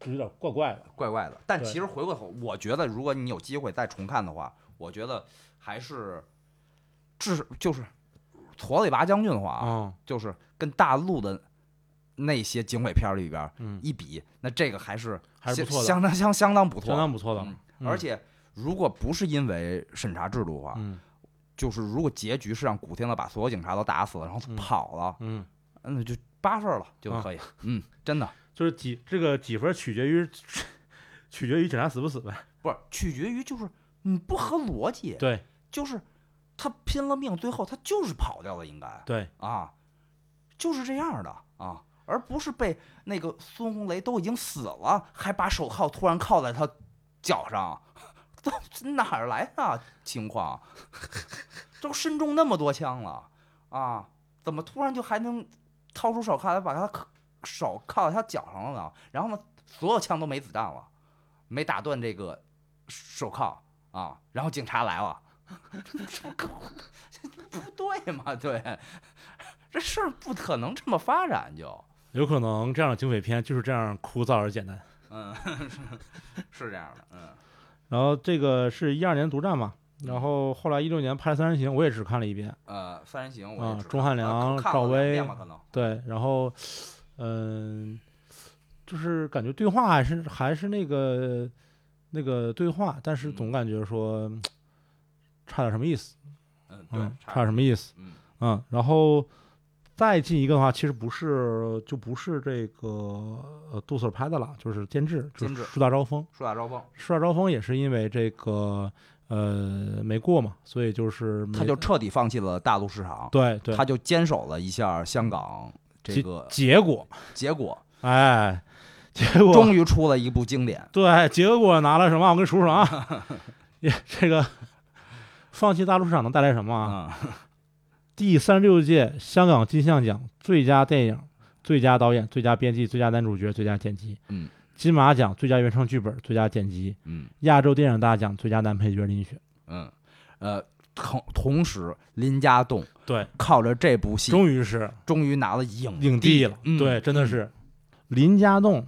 就有点怪怪的。怪怪的。但对其实回过头，我觉得如果你有机会再重看的话，我觉得还是至就是矬子里拔将军的话啊，啊，就是跟大陆的那些警匪片儿里边儿嗯，一比，那这个还是还是相不错的相当相相当不错，相当不错的。嗯嗯而，且如果不是因为审查制度的话，嗯就是如果结局是让古天乐把所有警察都打死了，然后嗯啊跑了，嗯，嗯那就八分儿了就可以。嗯，真的就是几这个几分取决于 *laughs* 取决于警察死不死呗。不是取决于就是你不合逻辑，对就是他拼了命，最后他就是跑掉了，应该。对，啊，就是这样的啊，而不是被那个孙红雷都已经死了，还把手铐突然铐在他脚上，这哪儿来的情况？都身中那么多枪了啊，怎么突然就还能掏出手铐来把他铐手铐在他脚上了呢？然后呢，所有枪都没子弹了，没打断这个手铐啊，然后警察来了。 *laughs* 这不不对嘛？对，这事儿不可能这么发展就，有可能这样的警匪片就是这样枯燥而简单。嗯，是是这样的，嗯然后这个是一二年独占嘛，然后后来一六年拍了《三人行》，我也只看了一遍。呃，三人行我也啊只看钟汉呃良看赵了两薇遍吧可能，对，然后，嗯、就是感觉对话还是还是那个那个对话，但是总感觉说嗯差点什么意思，嗯，对嗯，，差差点点什么意思，嗯嗯，然后再进一个的话，其实不是就不是这个呃杜 Sir 拍的了，就是监制，就监是制树大招风。树大招风，树大招风也是因为这个呃没过嘛，所以就是他没就彻底放弃了大陆市场，嗯对对，他就坚守了一下香港这个结果结果，哎，结果终于出了一部经典，对，结果拿了什么？我跟你数数啊， *laughs* *laughs* 也这个放弃大陆市场能带来什么啊？嗯第三十六届香港金像奖最佳电影、最佳导演、最佳编辑、最佳男主角、最佳剪辑。嗯，金马奖最佳原创剧本、最佳剪辑，嗯亚洲电影大奖最佳男配角林雪。嗯，呃，同同时林家栋对，靠着这部戏终于是终于拿了影影帝了。嗯对，真的是、林家栋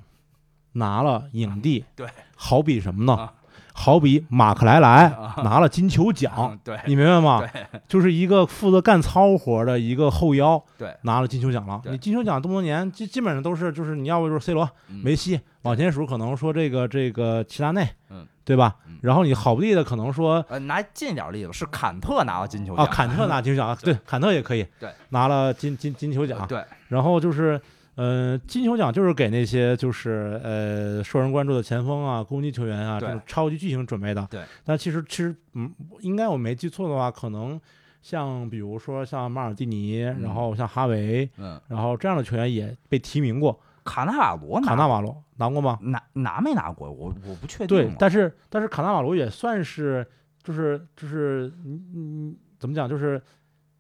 拿了影帝，对，好比什么呢？啊好比马克莱莱拿了金球奖。嗯对，你明白吗？就是一个负责干糙活的一个后腰，对拿了金球奖了。对你金球奖这么多年，基基本上都是就是你要不就是 C 罗、嗯梅西，往前数可能说这个这个齐达内，嗯，对吧嗯？然后你好不地的可能说呃，拿近点儿例子是坎特拿了金球啊，奖，坎特拿金球 *laughs* 奖，对，坎特也可以，对，呃拿了金金金球奖。对，然后就是，呃，金球奖就是给那些就是呃受人关注的前锋啊、攻击球员啊这对种超级巨星准备的。对，但其实其实嗯，应该我没记错的话，可能像比如说像马尔蒂尼，然后像哈维，嗯，然后这样的球员也被提名过。卡纳瓦罗卡拿纳瓦罗拿过吗？拿拿没拿过？我我不确定对了。，但是但是卡纳瓦罗也算是就是就是嗯嗯怎么讲就是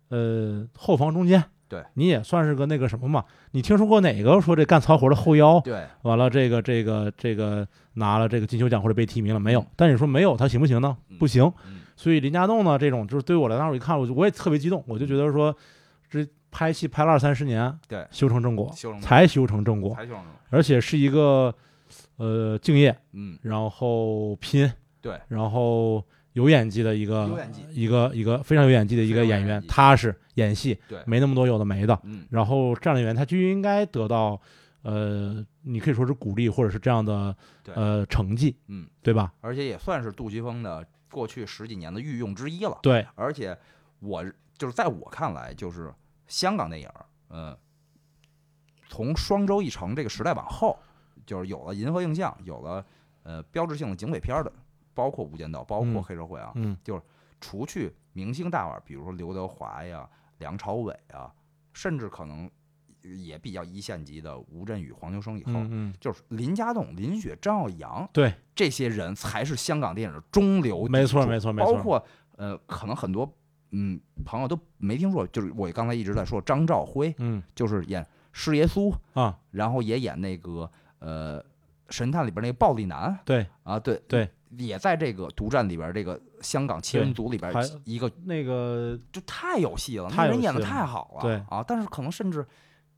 呃后防中间，对你也算是个那个什么嘛？你听说过哪个说这干糙活的后腰对，完了这个这个这个拿了这个金球奖或者被提名了没有？但你说没有他行不行呢嗯？不行，嗯所以林家栋呢这种就是对我来说我一看我就我也特别激动，我就觉得说这拍戏拍了二三十年，对修成正果修容才修成正果，才修容，而且是一个呃敬业。嗯，然后拼，对，然后有演技的一个有演技一个一个非常有演技的一个非常有演员演，技踏实演戏，对没那么多有的没的。嗯然后这样的演员他就应该得到，呃，你可以说是鼓励或者是这样的对呃成绩，嗯，对吧？而且也算是杜琪峰的过去十几年的御用之一了。对，而且我就是在我看来，就是香港电影，嗯，从《双周一城》这个时代往后，就是有了银河映像，有了呃标志性的警匪片儿的，包括《无间道》，包括嗯《黑社会》啊，嗯，除去明星大腕儿，比如说刘德华呀、梁朝伟啊，甚至可能也比较一线级的吴镇宇、黄秋生以后，嗯嗯，就是林家栋、林雪、张耀扬对，这些人才是香港电影的中流砥柱。没错没错没错包括呃，可能很多嗯朋友都没听说，就是我刚才一直在说张兆辉，嗯就是演师爷苏，啊，然后也演那个呃神探里边那个暴力男对，啊，对对。也在这个独占里边，这个香港七人组里边还一个那个就太有戏了，太那有人演的戏了太好了，对啊，但是可能甚至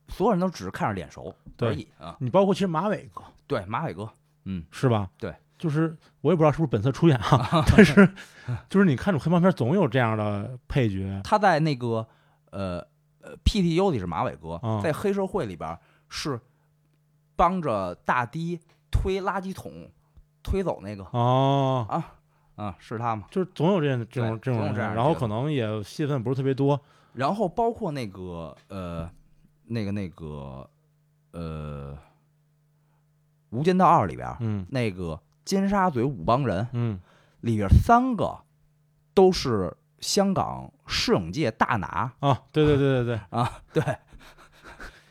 所有人都只是看着脸熟对而已啊。你包括其实马伟哥对，马伟哥，嗯，是吧？对。就是我也不知道是不是本色出演 *laughs* 啊，但是就是你看这种黑帮片总有这样的配角，他在那个呃呃 PTU 里是马伟哥，嗯在黑社会里边是帮着大堤推垃圾桶，推走那个哦，啊，是他吗？就是总有这样的这种对总种有人，这样的然后角色可能也戏份不是特别多，然后包括那个呃那个那个呃《无间道二》里边、嗯那个尖沙咀五帮人嗯里边三个都是香港摄影界大拿啊，对对对 *laughs* 对对，啊，对，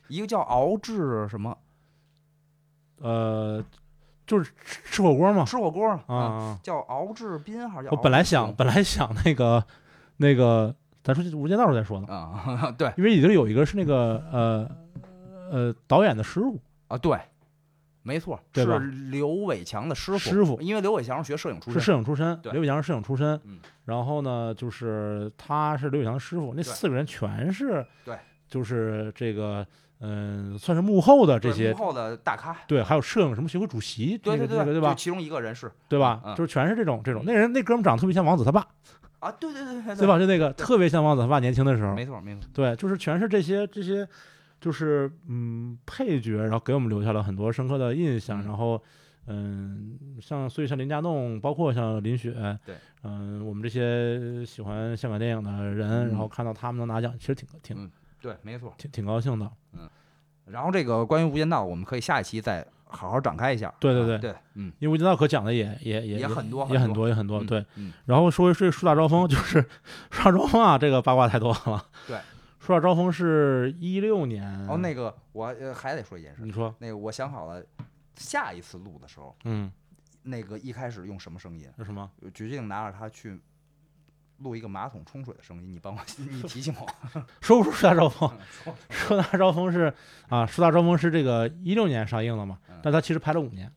一个叫敖志什么呃，就是吃吃火锅嘛，吃火锅啊，啊，叫敖志斌还是叫敖志我平？本来想本来想那个那个，咱说《无间道》时候再说呢，啊，对因为里头有一个是那个呃呃导演的师傅，啊对，没错，对吧是刘伟强的师傅，师傅因为刘伟强是学摄影出是身，摄影出身，对刘伟强是摄影出身嗯，然后呢，就是他是刘伟强的师傅，对那四个人全是对，就是这个嗯、算是幕后的这对些幕后的大咖，对，还有摄影什么学会主席，对那个对那个对吧就？其中一个人是对吧？嗯就是全是这种这种，那人那哥们长得特别像王子他爸，啊，对对对对对？吧？就那个特别像王子他爸年轻的时候，没错没错，对，就是全是这些这些，就是嗯配角，然后给我们留下了很多深刻的印象，嗯然后。嗯，像所以像林家栋，包括像林雪，对，嗯，我们这些喜欢香港电影的人，然后嗯看到他们能拿奖，其实挺挺对没错。挺挺高兴的。然后这个关于《无间道》，我们可以下一期再好好展开一下。对对啊对对，嗯，因为无间道可讲的也也也也很多也很很多多也很多，嗯对，嗯然后说一说树大招风，就是树大招风啊，这个八卦太多了。对，树大招风是一六年。哦，那个我呃还得说一件事，你说，那个我想好了，下一次录的时候，嗯，那个一开始用什么声音？那什么，决定拿着它去录一个马桶冲水的声音，你帮我， *laughs* 你提醒我。说不出树大招风。说树大招风是啊，树大招风是这个一六年上映的嘛嗯，但它其实拍了五年，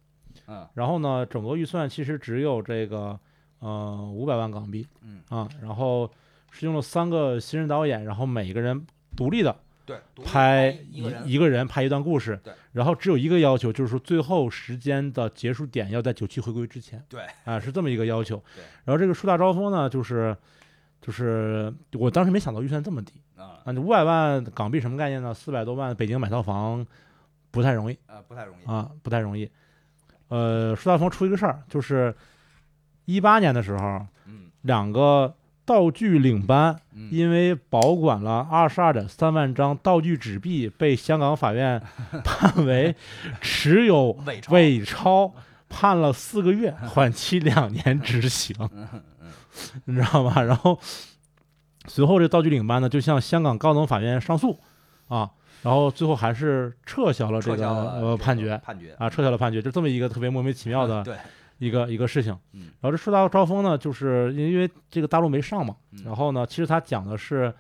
嗯然后呢，整个预算其实只有这个呃五百万港币，嗯啊，然后是用了三个新人导演，然后每个人独立的对，拍一个人，一个人拍一段故事，对，然后只有一个要求，就是说最后时间的结束点要在九七回归之前，对，啊，是这么一个要求对。然后这个树大招风呢，就是就是我当时没想到预算这么低啊啊，五百万港币什么概念呢？四百多万北京买套房不太容易呃不太容易，啊，不太容易。呃，树大招风出一个事儿，就是一八年的时候，嗯两个道具领班嗯，因为保管了二十二点三万张道具纸币，被香港法 *laughs* 院判为持有伪钞，伪钞，判了四 *laughs* 个月，缓期两年执行，嗯 *laughs* 你知道吗？然后随后这道具领班呢，就向香港高等法院上诉啊，然后最后还是撤销了这撤个销了这呃个判决判决嗯啊，撤销了判决，就这么一个特别莫名其妙的对，一个一个事情。嗯然后这树大招风呢，就是因为这个大陆没上嘛，嗯然后呢，其实他讲的是，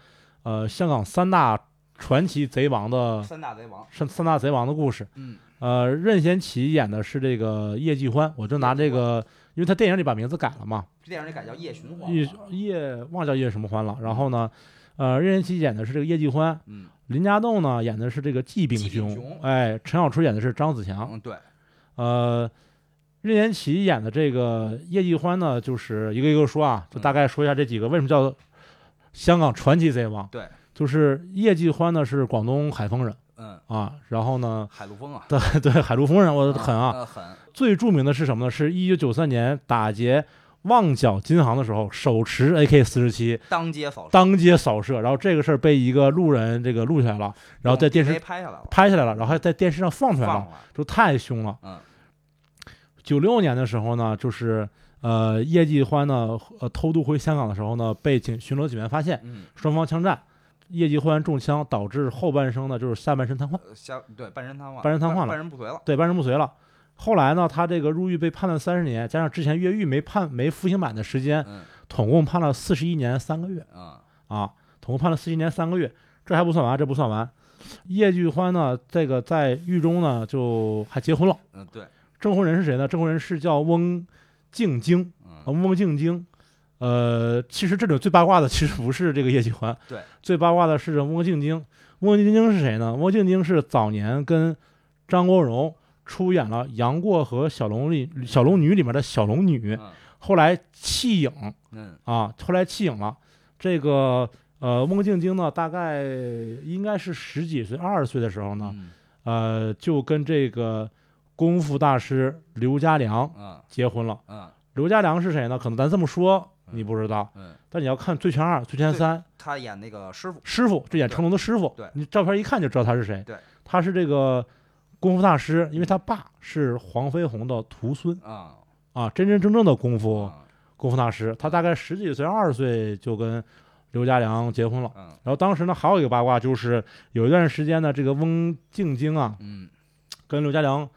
呃，香港三大传奇贼王的三大贼王，三三大贼王的故事。嗯呃，任贤齐演的是这个叶继欢，我就拿这个，因为他电影里把名字改了嘛，这电影里改叫夜巡叶环，叶忘叫叶什么欢了。然后呢，呃，任贤齐演的是这个叶继欢，嗯林家栋呢演的是这个季炳季炳雄雄，哎，陈小春演的是张子强，嗯对，呃，任贤齐演的这个叶继欢呢，就是一个一个说啊，就嗯大概说一下这几个为什么叫香港传奇贼王。对，就是叶继欢呢是广东海丰人嗯啊，然后 *laughs* 呢，海陆丰啊，对对，海陆丰人，我嗯狠啊。呃狠，最著名的是什么呢？是一九九三年打劫旺角金行的时候，手持 AK 四十七当街扫射，当街扫射，然后这个事儿被一个路人这个录下来了，然后在电用 DV 视拍下来了，拍下来了，然后还在电视上放出来了放，了，就太凶了。嗯九六年的时候呢，就是呃叶继欢呢呃偷渡回香港的时候呢，被警巡逻警员发现，嗯。双方枪战，叶继欢中枪导致后半生呢就是下半身瘫痪，呃下对半人瘫痪，半人瘫痪了半人不遂了。对，半身不遂了。后来呢，他这个入狱被判了三十年，加上之前越狱没判没服刑满的时间，嗯总共判了四十一年三个月啊，啊，总共判了四十一年三个月，这还不算完，这不算完。叶继欢呢，这个在狱中呢就还结婚了，嗯对，证婚人是谁呢？证婚人是叫翁静晶，啊，嗯翁静晶。呃，其实这里最八卦的其实不是这个叶继欢， *laughs* 对，最八卦的是这翁静晶。翁静晶是谁呢？翁静晶是早年跟张国荣出演了《杨过和小龙女》《小龙女》里面的小龙女，嗯后来弃影嗯啊，后来弃影了。这个呃，翁静晶呢，大概应该是十几岁、二十岁的时候呢，嗯呃，就跟这个功夫大师刘家良嗯结婚了。嗯刘家良是谁呢？可能咱这么说嗯你不知道，嗯，但你要看《醉拳二》《醉拳三》，他演那个师傅，师傅就演成龙的师傅，对对你照片一看就知道他是谁。对，他是这个功夫大师，因为他爸是黄飞鸿的徒孙啊啊，真真正正的功夫啊功夫大师。他大概十几岁、二十岁就跟刘家良结婚了。嗯然后当时呢，还有一个八卦就是有一段时间呢，这个翁静晶啊嗯跟刘家良，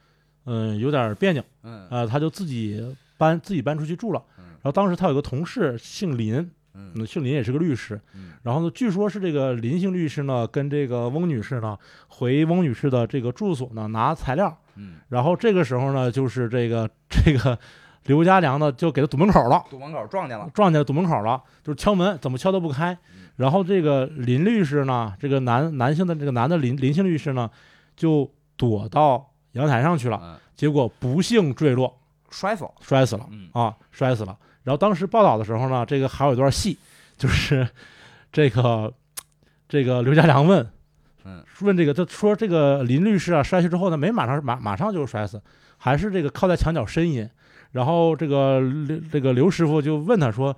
嗯，有点别扭。嗯呃，他就自己搬自己搬出去住了。嗯然后当时他有个同事姓林，嗯嗯，姓林也是个律师。嗯然后呢，据说是这个林姓律师呢，跟这个翁女士呢，回翁女士的这个住所呢拿材料。嗯，然后这个时候呢，就是这个 *laughs* 这个刘家良呢，就给他堵门口了，堵门口撞见了，撞见堵门口了，就是敲门，怎么敲都不开嗯。然后这个林律师呢，这个男男性的这个男的林林姓律师呢，就躲到阳台上去了，嗯，结果不幸坠落，摔死了，摔死了。嗯啊，摔死了。然后当时报道的时候呢，这个还有一段戏，就是 *laughs* 这个这个刘家良问嗯问这个，他说这个林律师啊，摔下去之后呢，没马上马马上就摔死，还是这个靠在墙角呻吟。然后这个刘这个刘师傅就问他说：“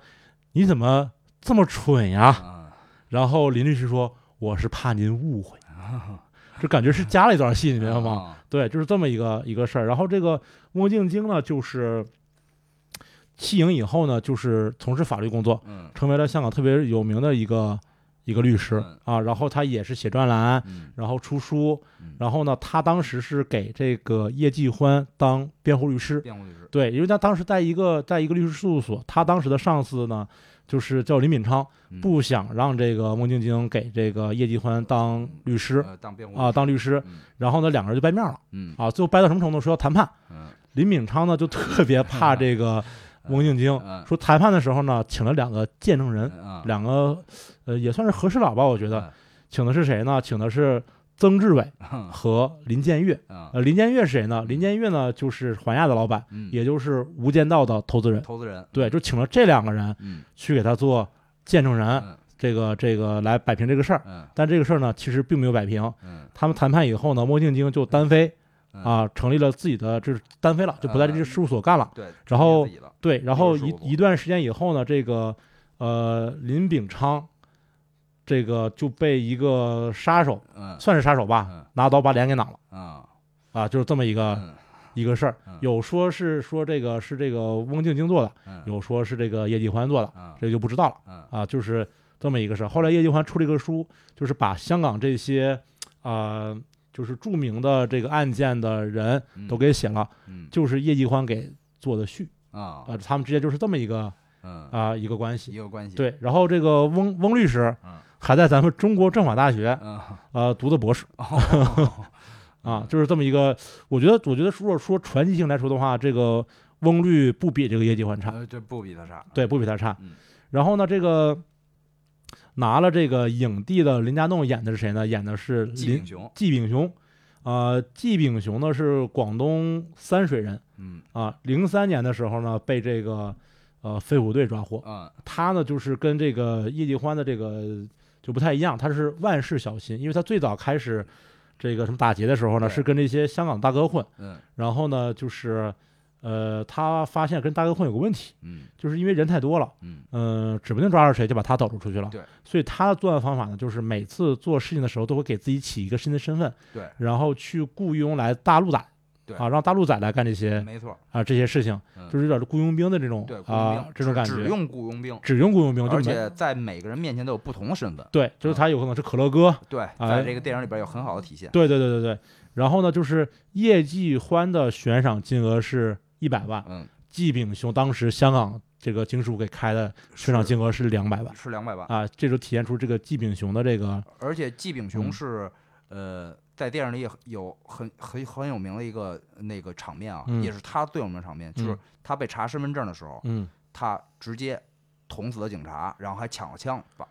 你怎么这么蠢呀啊，？”然后林律师说：“我是怕您误会。”啊就感觉是加了一段戏，你你知道吗？？啊对，就是这么一个一个事儿。然后这个墨镜精呢，就是弃影以后呢，就是从事法律工作，嗯成为了香港特别有名的一个一个律师嗯啊。然后他也是写专栏，嗯然后出书嗯，然后呢，他当时是给这个叶继欢当辩护律师。辩护律师，对，因为他当时在一个在一个律师事务所，他当时的上司呢，就是叫林敏昌，嗯不想让这个孟晶晶给这个叶继欢当律师呃当辩护啊，当律师。嗯然后呢，两个人就掰面了。嗯 *laughs* 啊，最后掰到什么程度？说要谈判，嗯林炳昌呢就特别怕这个翁静晶，嗯说谈判的时候呢，请了两个见证人，嗯两个呃也算是和事佬吧，我觉得嗯，请的是谁呢？请的是曾志伟嗯和林建岳。嗯呃，林建岳是谁呢？林建岳呢就是环亚的老板，嗯， *laughs* 也就是《无间道》的投资人。投资人，对，就请了这两个人嗯去给他做见证人，嗯这个这个来摆平这个事儿。嗯但这个事儿呢，其实并没有摆平。嗯他们谈判以后呢，莫静晶就单飞嗯，啊，成立了自己的就是单飞了，就不在这个事务所干了。对，然后自己的对，然后又是一事务所一段时间以后呢，这个呃林炳昌，这个就被一个杀手，嗯算是杀手吧，嗯拿刀把脸给攮了嗯啊，就是这么一个、嗯一个事儿嗯。有说是说这个是这个翁静晶做的，嗯有说是这个叶继欢做的，嗯这个就不知道了嗯啊，就是这么一个事儿。后来叶继欢出了一个书，就是把香港这些啊、呃就是著名的这个案件的人嗯都给写了，嗯就是叶继欢给做的序啊啊、他们之间就是这么一个。嗯啊、一个关系。也有关系，对，然后这个翁翁律师嗯还在咱们中国政法大学嗯呃读的博士哦啊，就是这么一个。我觉得，我觉得如果说传奇性来说的话，这个翁律不比这个叶继欢差，呃这不比他差，对，不比他差嗯。然后呢，这个拿了这个影帝的林家栋演的是谁呢？演的是季林炳雄，季炳雄。啊，季炳雄呢是广东三水人嗯啊。零三年的时候呢，被这个呃飞虎队抓获，嗯他呢，就是跟这个叶继欢的这个就不太一样，他是万事小心，因为他最早开始这个什么打劫的时候呢，对是跟这些香港大哥混，嗯然后呢，就是呃，他发现跟大哥混有个问题，嗯就是因为人太多了，嗯嗯、指不定抓着谁就把他导出出去了，对，所以他的作案方法呢，就是每次做事情的时候都会给自己起一个新的身份，对然后去雇佣来大陆仔，对啊，让大陆仔来干这些没错，啊这些事情，嗯就是有点雇佣兵的这种对雇佣啊兵这种感只觉。用雇佣兵，只用雇佣兵，就而没且嗯在每个人面前都有不同的身份，对，就是他有可能是可乐哥，对，在这个电影里边有很好的体现，哎对对对对对。然后呢，就是叶继欢的悬赏金额是一百万，嗯，季炳雄当时香港这个警署给开的悬赏金额是两百万是啊两百万，啊，这就体现出这个季炳雄的这个而且季炳雄嗯是、呃，在电影里也很有很很很有名的一个那个场面啊，嗯也是他最有名的场面，就是嗯他被查身份证的时候，嗯他直接捅死了警察，然后还抢了枪，把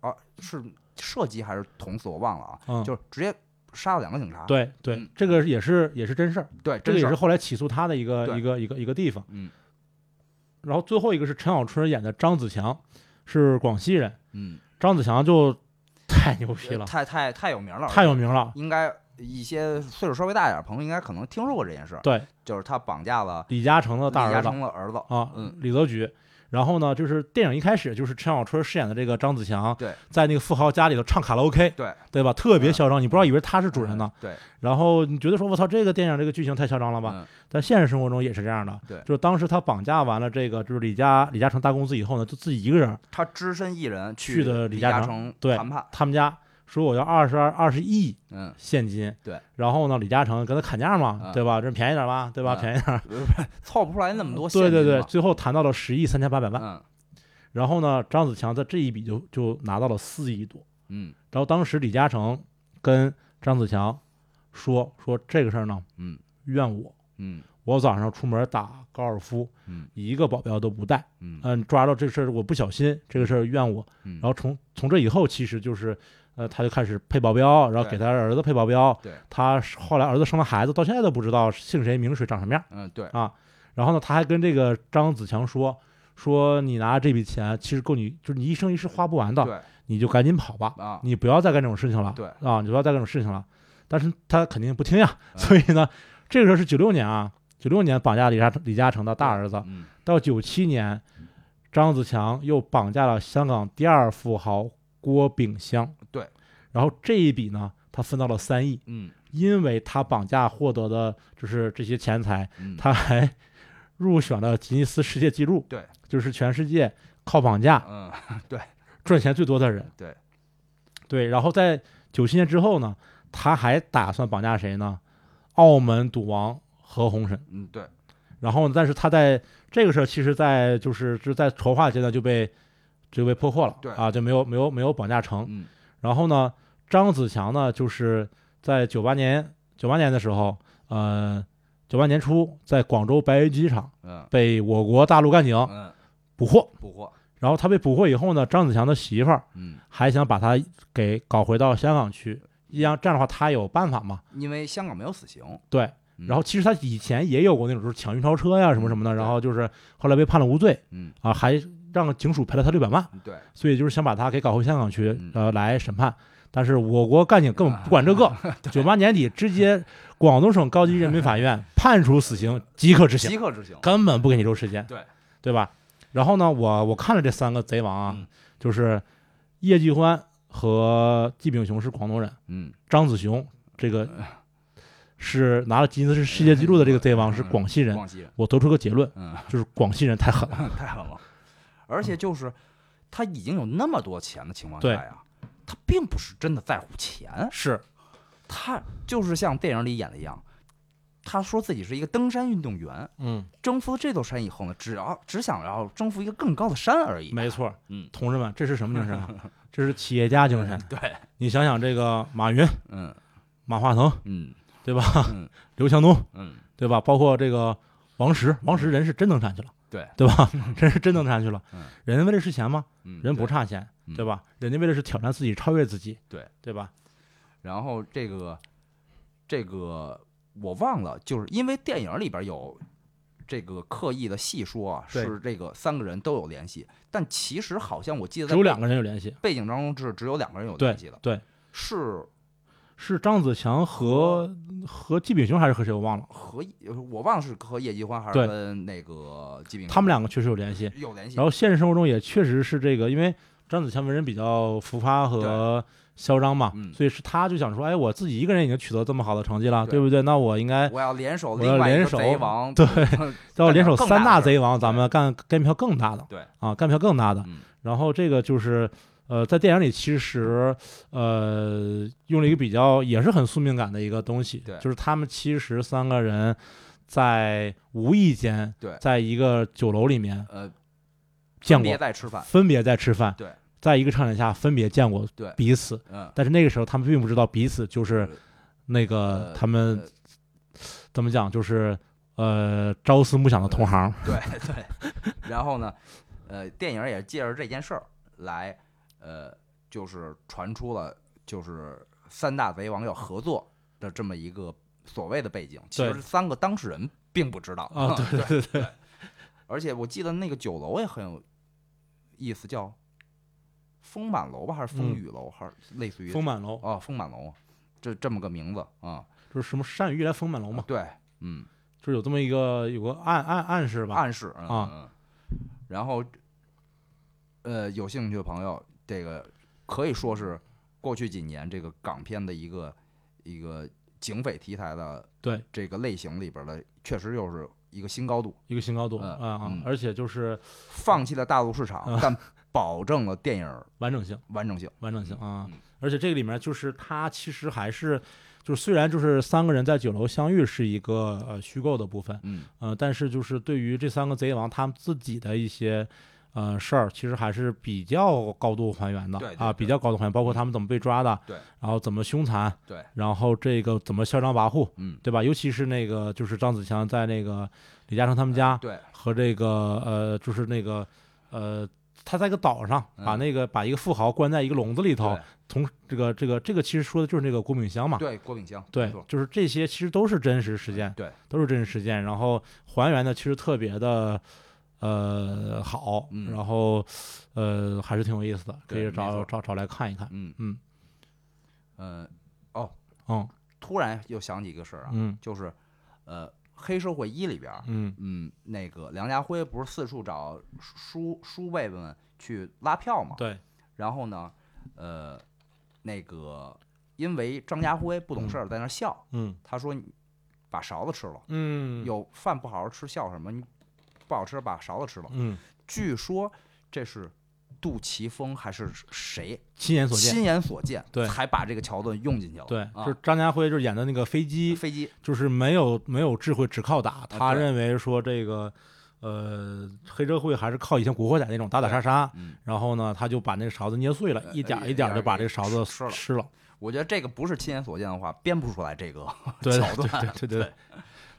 啊是射击还是捅死我忘了啊，嗯，就是直接杀了两个警察。对对嗯，这个也是也是真事儿，对，这真个事也儿是后来起诉他的一个对一个一个一个地方。嗯然后最后一个是陈小春演的张子强，是广西人，嗯，张子强就太牛逼了，呃太太太有名了，太有名了，应该。一些岁数稍微大一点的朋友应该可能听说过这件事，对，就是他绑架了李嘉诚的李大嘉儿子。诚的儿子，啊，嗯李泽钜。然后呢，就是电影一开始就是陈小春饰演的这个张子强，对在那个富豪家里头唱卡拉 OK，对对吧？特别嗯嚣张，你不知道以为他是主人呢。对，然后你觉得说，我操，这个电影这个剧情太嚣张了吧？嗯但现实生活中也是这样的。对就是当时他绑架完了这个就是李嘉李嘉诚大公司以后呢，就自己一个人，他只身一人去的的李李嘉诚诚对谈判，他们家说我要二十二二十亿嗯，现金，对。然后呢，李嘉诚跟他砍价嘛，嗯对吧？这便宜点吧，对吧？嗯便宜点儿，凑不出来那么多现对金对对，嘛最后谈到了十亿三千八百万。嗯然后呢，张子强在这一笔就就拿到了四亿多。嗯然后当时李嘉诚跟张子强说说这个事儿呢，嗯怨我，嗯我早上出门打高尔夫，嗯一个保镖都不带，嗯嗯，抓到这事儿我不小心，这个事儿怨我。嗯，然后从从这以后，其实就是。呃，他就开始配保镖，然后对给他儿子配保镖。对他后来儿子生了孩子，到现在都不知道姓谁名谁长什么样。嗯对，然后呢，他还跟这个张子强说：“说你拿这笔钱，其实够你，就是你一生一世花不完的。对你就赶紧跑吧，啊，你不要再干这种事情了。对啊，你不要再干这种事情了。但是他肯定不听呀，嗯所以呢，这个时候是九六年啊，九六年绑架李嘉李嘉诚的大儿子，嗯到九七年，张子强又绑架了香港第二富豪郭炳湘。对，然后这一笔呢，他分到了三亿，嗯因为他绑架获得的就是这些钱财，嗯，他还入选了吉尼斯世界纪录，对，就是全世界靠绑架嗯赚钱最多的人。对，对，然后在九七年之后呢，他还打算绑架谁呢？澳门赌王何鸿燊。嗯对，然后呢，但是他在这个事儿，其实在就是就是在筹划阶段就被就被破获了，对啊，就没有没有没有绑架成。嗯然后呢，张子强呢，就是在九八年九八年的时候，呃，九八年初在广州白云机场嗯被我国大陆干警嗯，捕获，捕获，然后他被捕获以后呢，张子强的媳妇儿嗯，还想把他给搞回到香港去，一样这样的话他有办法嘛？因为香港没有死刑，对。嗯然后其实他以前也有过那种就是抢运钞车呀什么什么的，然后就是后来被判了无罪嗯，啊，还让警署赔了他六百万，对，所以就是想把他给搞回香港去嗯，呃，来审判。但是我国干警根本不管这个，啊 *laughs* 九八年底直接广东省高级人民 *laughs* 法院判处死刑，即刻执行，即刻执行，根本不给你留时间，对对吧？然后呢，我我看了这三个贼王啊，嗯就是叶继欢和季炳雄是广东人，嗯，张子雄这个是拿了吉尼斯世界纪录的这个贼王是广西人。广西人，我得出个结论，嗯， *laughs* 就是广西人太狠了。太狠了，而且就是他已经有那么多钱的情况下嗯对呀，他并不是真的在乎钱，是，他就是像电影里演的一样，他说自己是一个登山运动员，嗯，征服这座山以后呢，只要只想要征服一个更高的山而已。没错，嗯，同志们，这是什么精 *laughs* 神啊？这是企业家精神。对，你想想，这个马云、嗯马化腾，嗯对吧？嗯刘强东，嗯，对吧？包括这个王石，王石人是真能站去了，对对吧？ *laughs* 真是真能站去了嗯。人为的是钱吗？嗯人不对差钱，嗯对吧？人家为的是挑战自己，超越自己，对对吧？然后这个这个我忘了，就是因为电影里边有这个刻意的细说啊，对是这个三个人都有联系，但其实好像我记得只在有背两个人有联系，背景当中是只有两个人有对联系的，对，是是张子强和和季炳雄还是和谁？我忘了。和呃我忘了是和叶继欢还是对跟那个季炳他们两个确实有联系。有联系然，后现实生活中也确实是这个，因为张子强为人比较浮夸和嚣张嘛嗯，所以是他就想说，哎，我自己一个人已经取得这么好的成绩了，对对不对？那我应该我要联手我另要外一联个手贼王，对，干要联手点更三大的大事儿贼王，咱对们干干票更大的，对啊，干票更大的。 *laughs* 嗯然后这个就是呃，在电影里其实呃用了一个比较也是很宿命感的一个东西对，就是他们其实三个人在无意间对在一个酒楼里面呃，见分别过，在吃饭，分别在吃饭，对，在一个场景下分别见过对彼此，嗯，但是那个时候他们并不知道彼此就是那个呃他们呃怎么讲就是。呃，朝思暮想的同行， *laughs* 对对，然后呢，呃，电影也借着这件事儿来，呃，就是传出了就是三大贼王要合作的这么一个所谓的背景，其对实三个当事人并不知道 *laughs* 啊，对对对对，而且我记得那个酒楼也很有意思，叫风满楼吧，还是风嗯雨楼，还是类似于丰满楼哦风满楼，这这么个名字啊、就是什么善于来丰满楼嘛，对，嗯。就是有这么一个有个暗暗暗示吧，暗示嗯啊嗯嗯然后，呃，有兴趣的朋友，这个可以说是过去几年这个港片的一个一个警匪题材的对这个类型里边的，确实又是一个新高度，一个新高度嗯啊啊嗯！而且就是放弃了大陆市场，啊但保证了电影完整性，完整性。完整性啊嗯！而且这个里面就是它其实还是就是虽然就是三个人在酒楼相遇是一个呃虚构的部分，嗯，呃，但是就是对于这三个贼王他们自己的一些。呃，事儿其实还是比较高度还原的对对啊，对嗯比较高度还原，包括他们怎么被抓的，对，然后怎么凶残，对，然后这个怎么嚣张跋扈，嗯，对吧？尤其是那个就是张子强在那个李嘉诚他们家，对，和这个呃，就是那个呃，他在一个岛上嗯把那个、把一个富豪关在一个笼子里头对，从这个这个这个其实说的就是那个郭炳湘嘛，对，郭炳湘，对没错，就是这些其实都是真实事件，对，都是真实事件，然后还原的其实特别的。呃，好嗯，然后，呃，还是挺有意思的，可对以没找错找找来看一看。嗯嗯呃，嗯突然又想起一个事儿啊，嗯就是，呃，黑社会一里边，嗯，嗯，那个梁家辉不是四处找叔叔辈们去拉票嘛？对，然后呢，呃，那个因为张家辉不懂事儿，在那儿笑，嗯他说你把勺子吃了，嗯，有饭不好好吃笑什么？你不好吃把勺子吃了。嗯，据说这是杜琪峰还是谁亲眼所见，亲眼所见，对才把这个桥段用进去了。对，啊就、是张家辉就是演的那个飞机，飞机就是没有没有智慧，只靠打。他啊对认为说这个，呃，黑社会还是靠以前古惑仔那种打打杀杀。嗯然后呢，他就把那个勺子捏碎了，呃一点呃儿一点一点儿儿的把这个勺子吃了 *laughs* 吃了。我觉得这个不是亲眼所见的话，编不出来这个 *laughs* 对桥段。对对对对，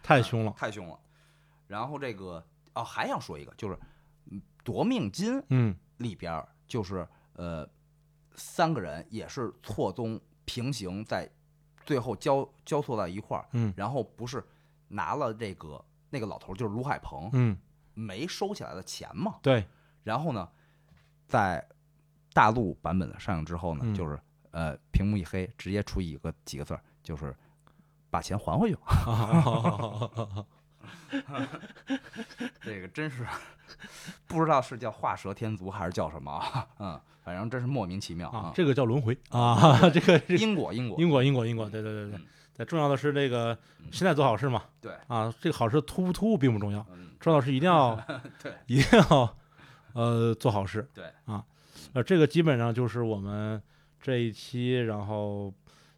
太凶了。太凶了。然后这个哦，还想说一个，就是嗯夺命金嗯里边儿就是呃，三个人也是错综平行，在最后交交错在一块儿，嗯然后不是拿了这个那个老头儿就是卢海鹏嗯，没收起来的钱嘛， *laughs* 对，然后呢，在大陆版本的上映之后呢，嗯就是呃屏幕一黑，直接出一个几个字儿，就是把钱还回去吧。啊这个 *laughs* 真是不知道是叫画蛇添足还是叫什么啊？嗯，反正真是莫名其妙啊啊，。这个叫轮回啊，这个是因果，因果，因果因果因果，对对对对嗯。但重要的是这个嗯现在做好事嘛，对啊，这个好事突不突兀并不 *laughs* 重要，嗯，重要的是一定要对 *laughs* 一定要呃做好事，对啊，呃，这个基本上就是我们这一期，然后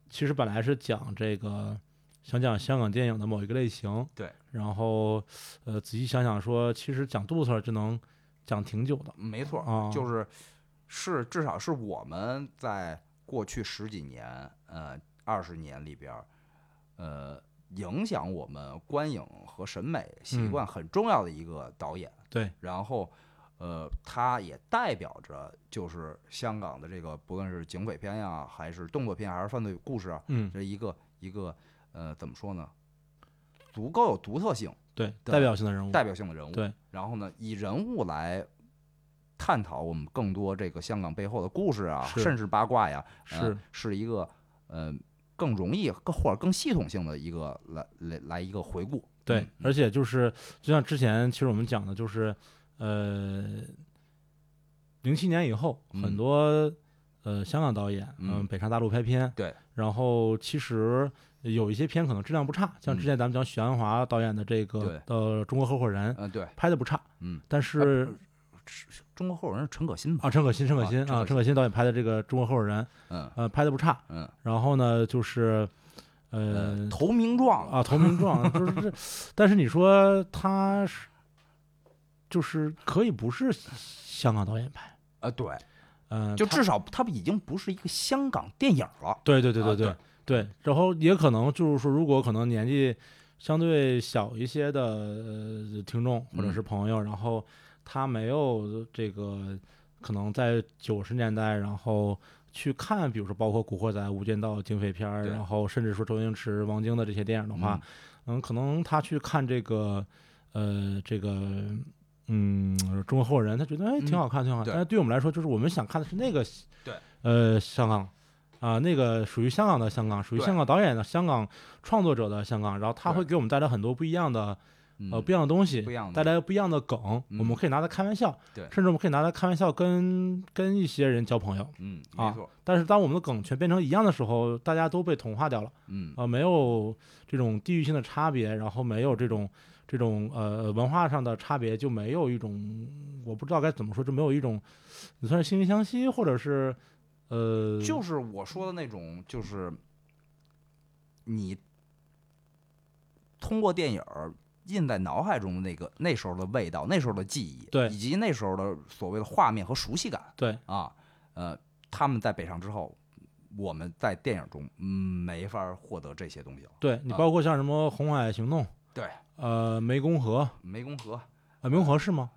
其实本来是讲这个想讲香港电影的某一个类型，对，然后呃仔细想想说，其实讲肚子儿就能讲挺久的，没错啊儿，就是是至少是我们在过去十几年，呃，二十年里边儿，呃，影响我们观影和审美习嗯惯很重要的一个导演。对，然后，呃，他也代表着就是香港的这个，不论是警匪片呀，还是动作片，还是犯罪故事啊，嗯，这一个一个呃，怎么说呢？足够有独特性、对，对代表性的人物，代表性的人物。嗯对，然后呢，以人物来探讨我们更多这个香港背后的故事啊，是甚至八卦呀，呃是是一个呃更容易更或者更系统性的一个来来来一个回顾。对嗯，而且就是就像之前其实我们讲的，就是呃，零七年以后嗯很多呃香港导演嗯嗯北上大陆拍片，对，然后其实有一些片可能质量不差，像之前咱们讲许鞍华导演的这个嗯对呃《中国合伙人》嗯、对，拍的不差，嗯，但是中国后人是陈可辛吧？啊陈可辛陈可啊辛陈啊可陈可辛导演拍的这个《中国合伙人》嗯呃拍的不差，嗯然后呢就是呃，呃投名状啊，投名状就是这，但是你说他是，就是可以不是香港导演拍，啊，对，嗯、就他至少它已经不是一个香港电影了。对对对对啊对、对对，然后也可能就是说，如果可能年纪相对小一些的、呃、听众或者嗯是朋友，然后他没有这个可能在九十年代，然后去看，比如说包括《古惑仔》《无间道》警匪片儿，对然后甚至说周星驰、王晶的这些电影的话，嗯可能他去看这个呃这个。嗯，中国合伙人，他觉得哎挺嗯好看，挺好看。对但是对我们来说，就是我们想看的是那个对呃香港啊、那个属于香港的香港，属于对香港导演的香港创作者的香港，然后他对会给我们带来很多不一样的嗯呃不一样的东西，不一样的带来不一样的梗，我们嗯可以拿它开玩笑，对甚至我们可以拿它开玩笑跟跟一些人交朋友。嗯，啊没错，但是当我们的梗全变成一样的时候，大家都被同化掉了，嗯啊，没有这种地域性的差别，然后没有这种这种呃文化上的差别，就没有一种我不知道该怎么说，就没有一种你算是惺惺相惜，或者是呃，就是我说的那种，就是你通过电影儿印在脑海中的那个那时候的味道，那时候的记忆，对以及那时候的所谓的画面和熟悉感对。啊，呃，他们在北上之后，我们在电影中嗯没法儿获得这些东西了。对你啊包括像什么《红海行动》，对，呃，湄公河，湄公河呃，湄公河是吗？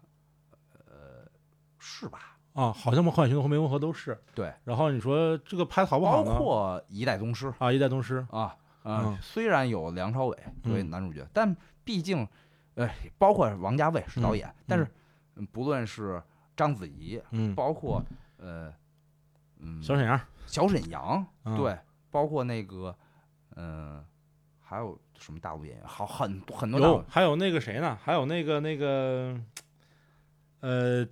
是吧？啊，好像《红海行动》和湄公河都是。对，然后你说这个拍的好不包好呢？括《一代宗师》啊，一代宗师，啊，呃嗯虽然有梁朝伟作为嗯男主角，但毕竟，呃，包括王家卫是导嗯演，但是嗯不论是章子怡，嗯，包括呃，嗯，小沈阳，小沈阳，嗯对，包括那个，嗯，还有什么大陆演员，好很多很多大有陆，还有那个谁呢？还有那个那个，呃，啊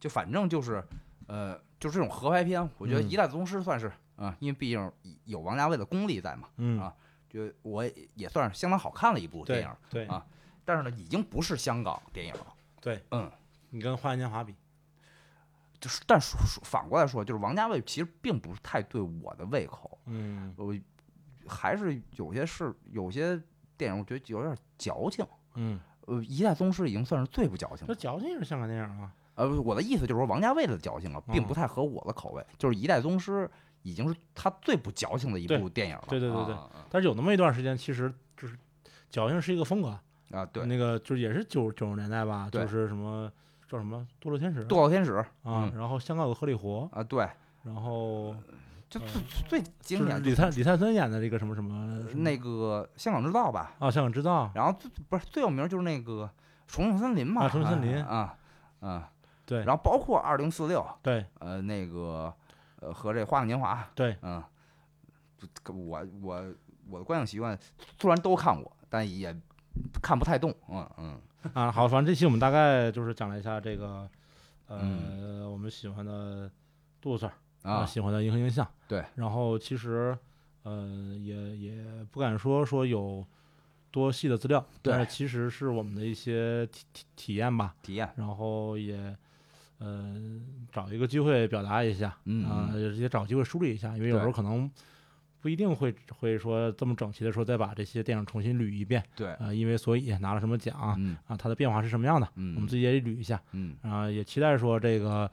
就反正就是，呃，就是这种合拍片，我觉得《嗯一代宗师》算是啊，因为毕竟有王家卫的功力在嘛，嗯啊，就我也也算是相当好看的一部电对影。对啊但是呢，已经不是香港电影了。对，嗯，你跟《花样年华》比，就是但说说反过来说，就是王家卫其实并不是太对我的胃口，嗯我还是有些事，有些电影我觉得有点矫情。嗯，呃，《一代宗师》已经算是最不矫情这了。矫情也是香港电影啊，呃，不是我的意思就是说，王家卫的矫情啊，并嗯不太合我的口味。就是《一代宗师》已经是他最不矫情的一对部电影了。对对对啊对啊啊但是有那么一段时间，其实就是矫情是一个风格，啊，对，那个就是也是九九十年代吧，对就是什么叫什么堕落天使《堕落天使》啊，嗯然后香港有个荷里活，啊，对，然后就呃最最就经是典李灿李灿森演的这个什么什么就是那个《香港制造》吧，啊，香港制造，然后最不是最有名就是那个《重庆森林》嘛，啊重庆森林啊啊，对然后包括《二零四六》，对呃，那个呃和这《花样年华》，对，嗯，就我我我的观影习惯虽然都看过，但也看不太动，嗯嗯，啊，好，反正这期我们大概就是讲了一下这个呃、嗯我们喜欢的杜撰啊，喜欢的银河映像，对，然后其实呃也也不敢说说有多细的资料，对但是其实是我们的一些体体体验吧，体验，然后也呃找一个机会表达一下，嗯啊、嗯也找机会梳理一下，因为有时候对可能不一定会会说这么整齐的说再把这些电影重新捋一遍，对，啊，因为所以拿了什么奖啊，嗯它的变化是什么样的，嗯，我们自己也捋一下嗯啊、也期待说这个。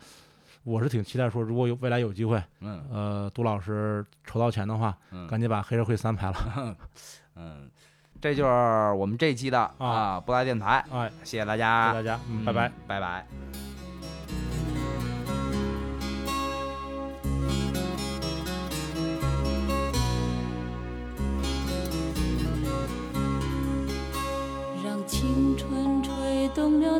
我是挺期待说，如果有未来有机会，嗯呃，杜老师筹到钱的话，嗯赶紧把黑社会三拍了。嗯，这就是我们这一期的啊不来电台，哎，谢谢谢大家，谢大家，嗯，嗯拜拜。，拜拜。让青春吹动了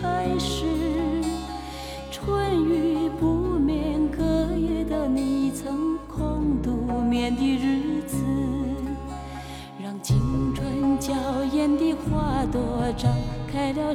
开始。春雨不眠，隔夜的你曾空独眠的日子，让青春娇艳的花朵张开了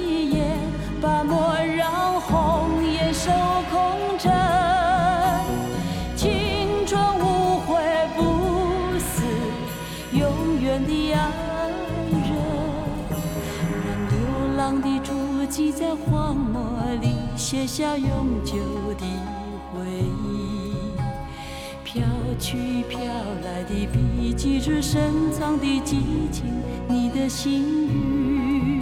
眼，把莫让红颜守空枕。青春无悔不死，永远的爱人。让流浪的足迹在荒漠里写下永久的回忆。飘去飘来的笔迹是深藏的激情，你的心语。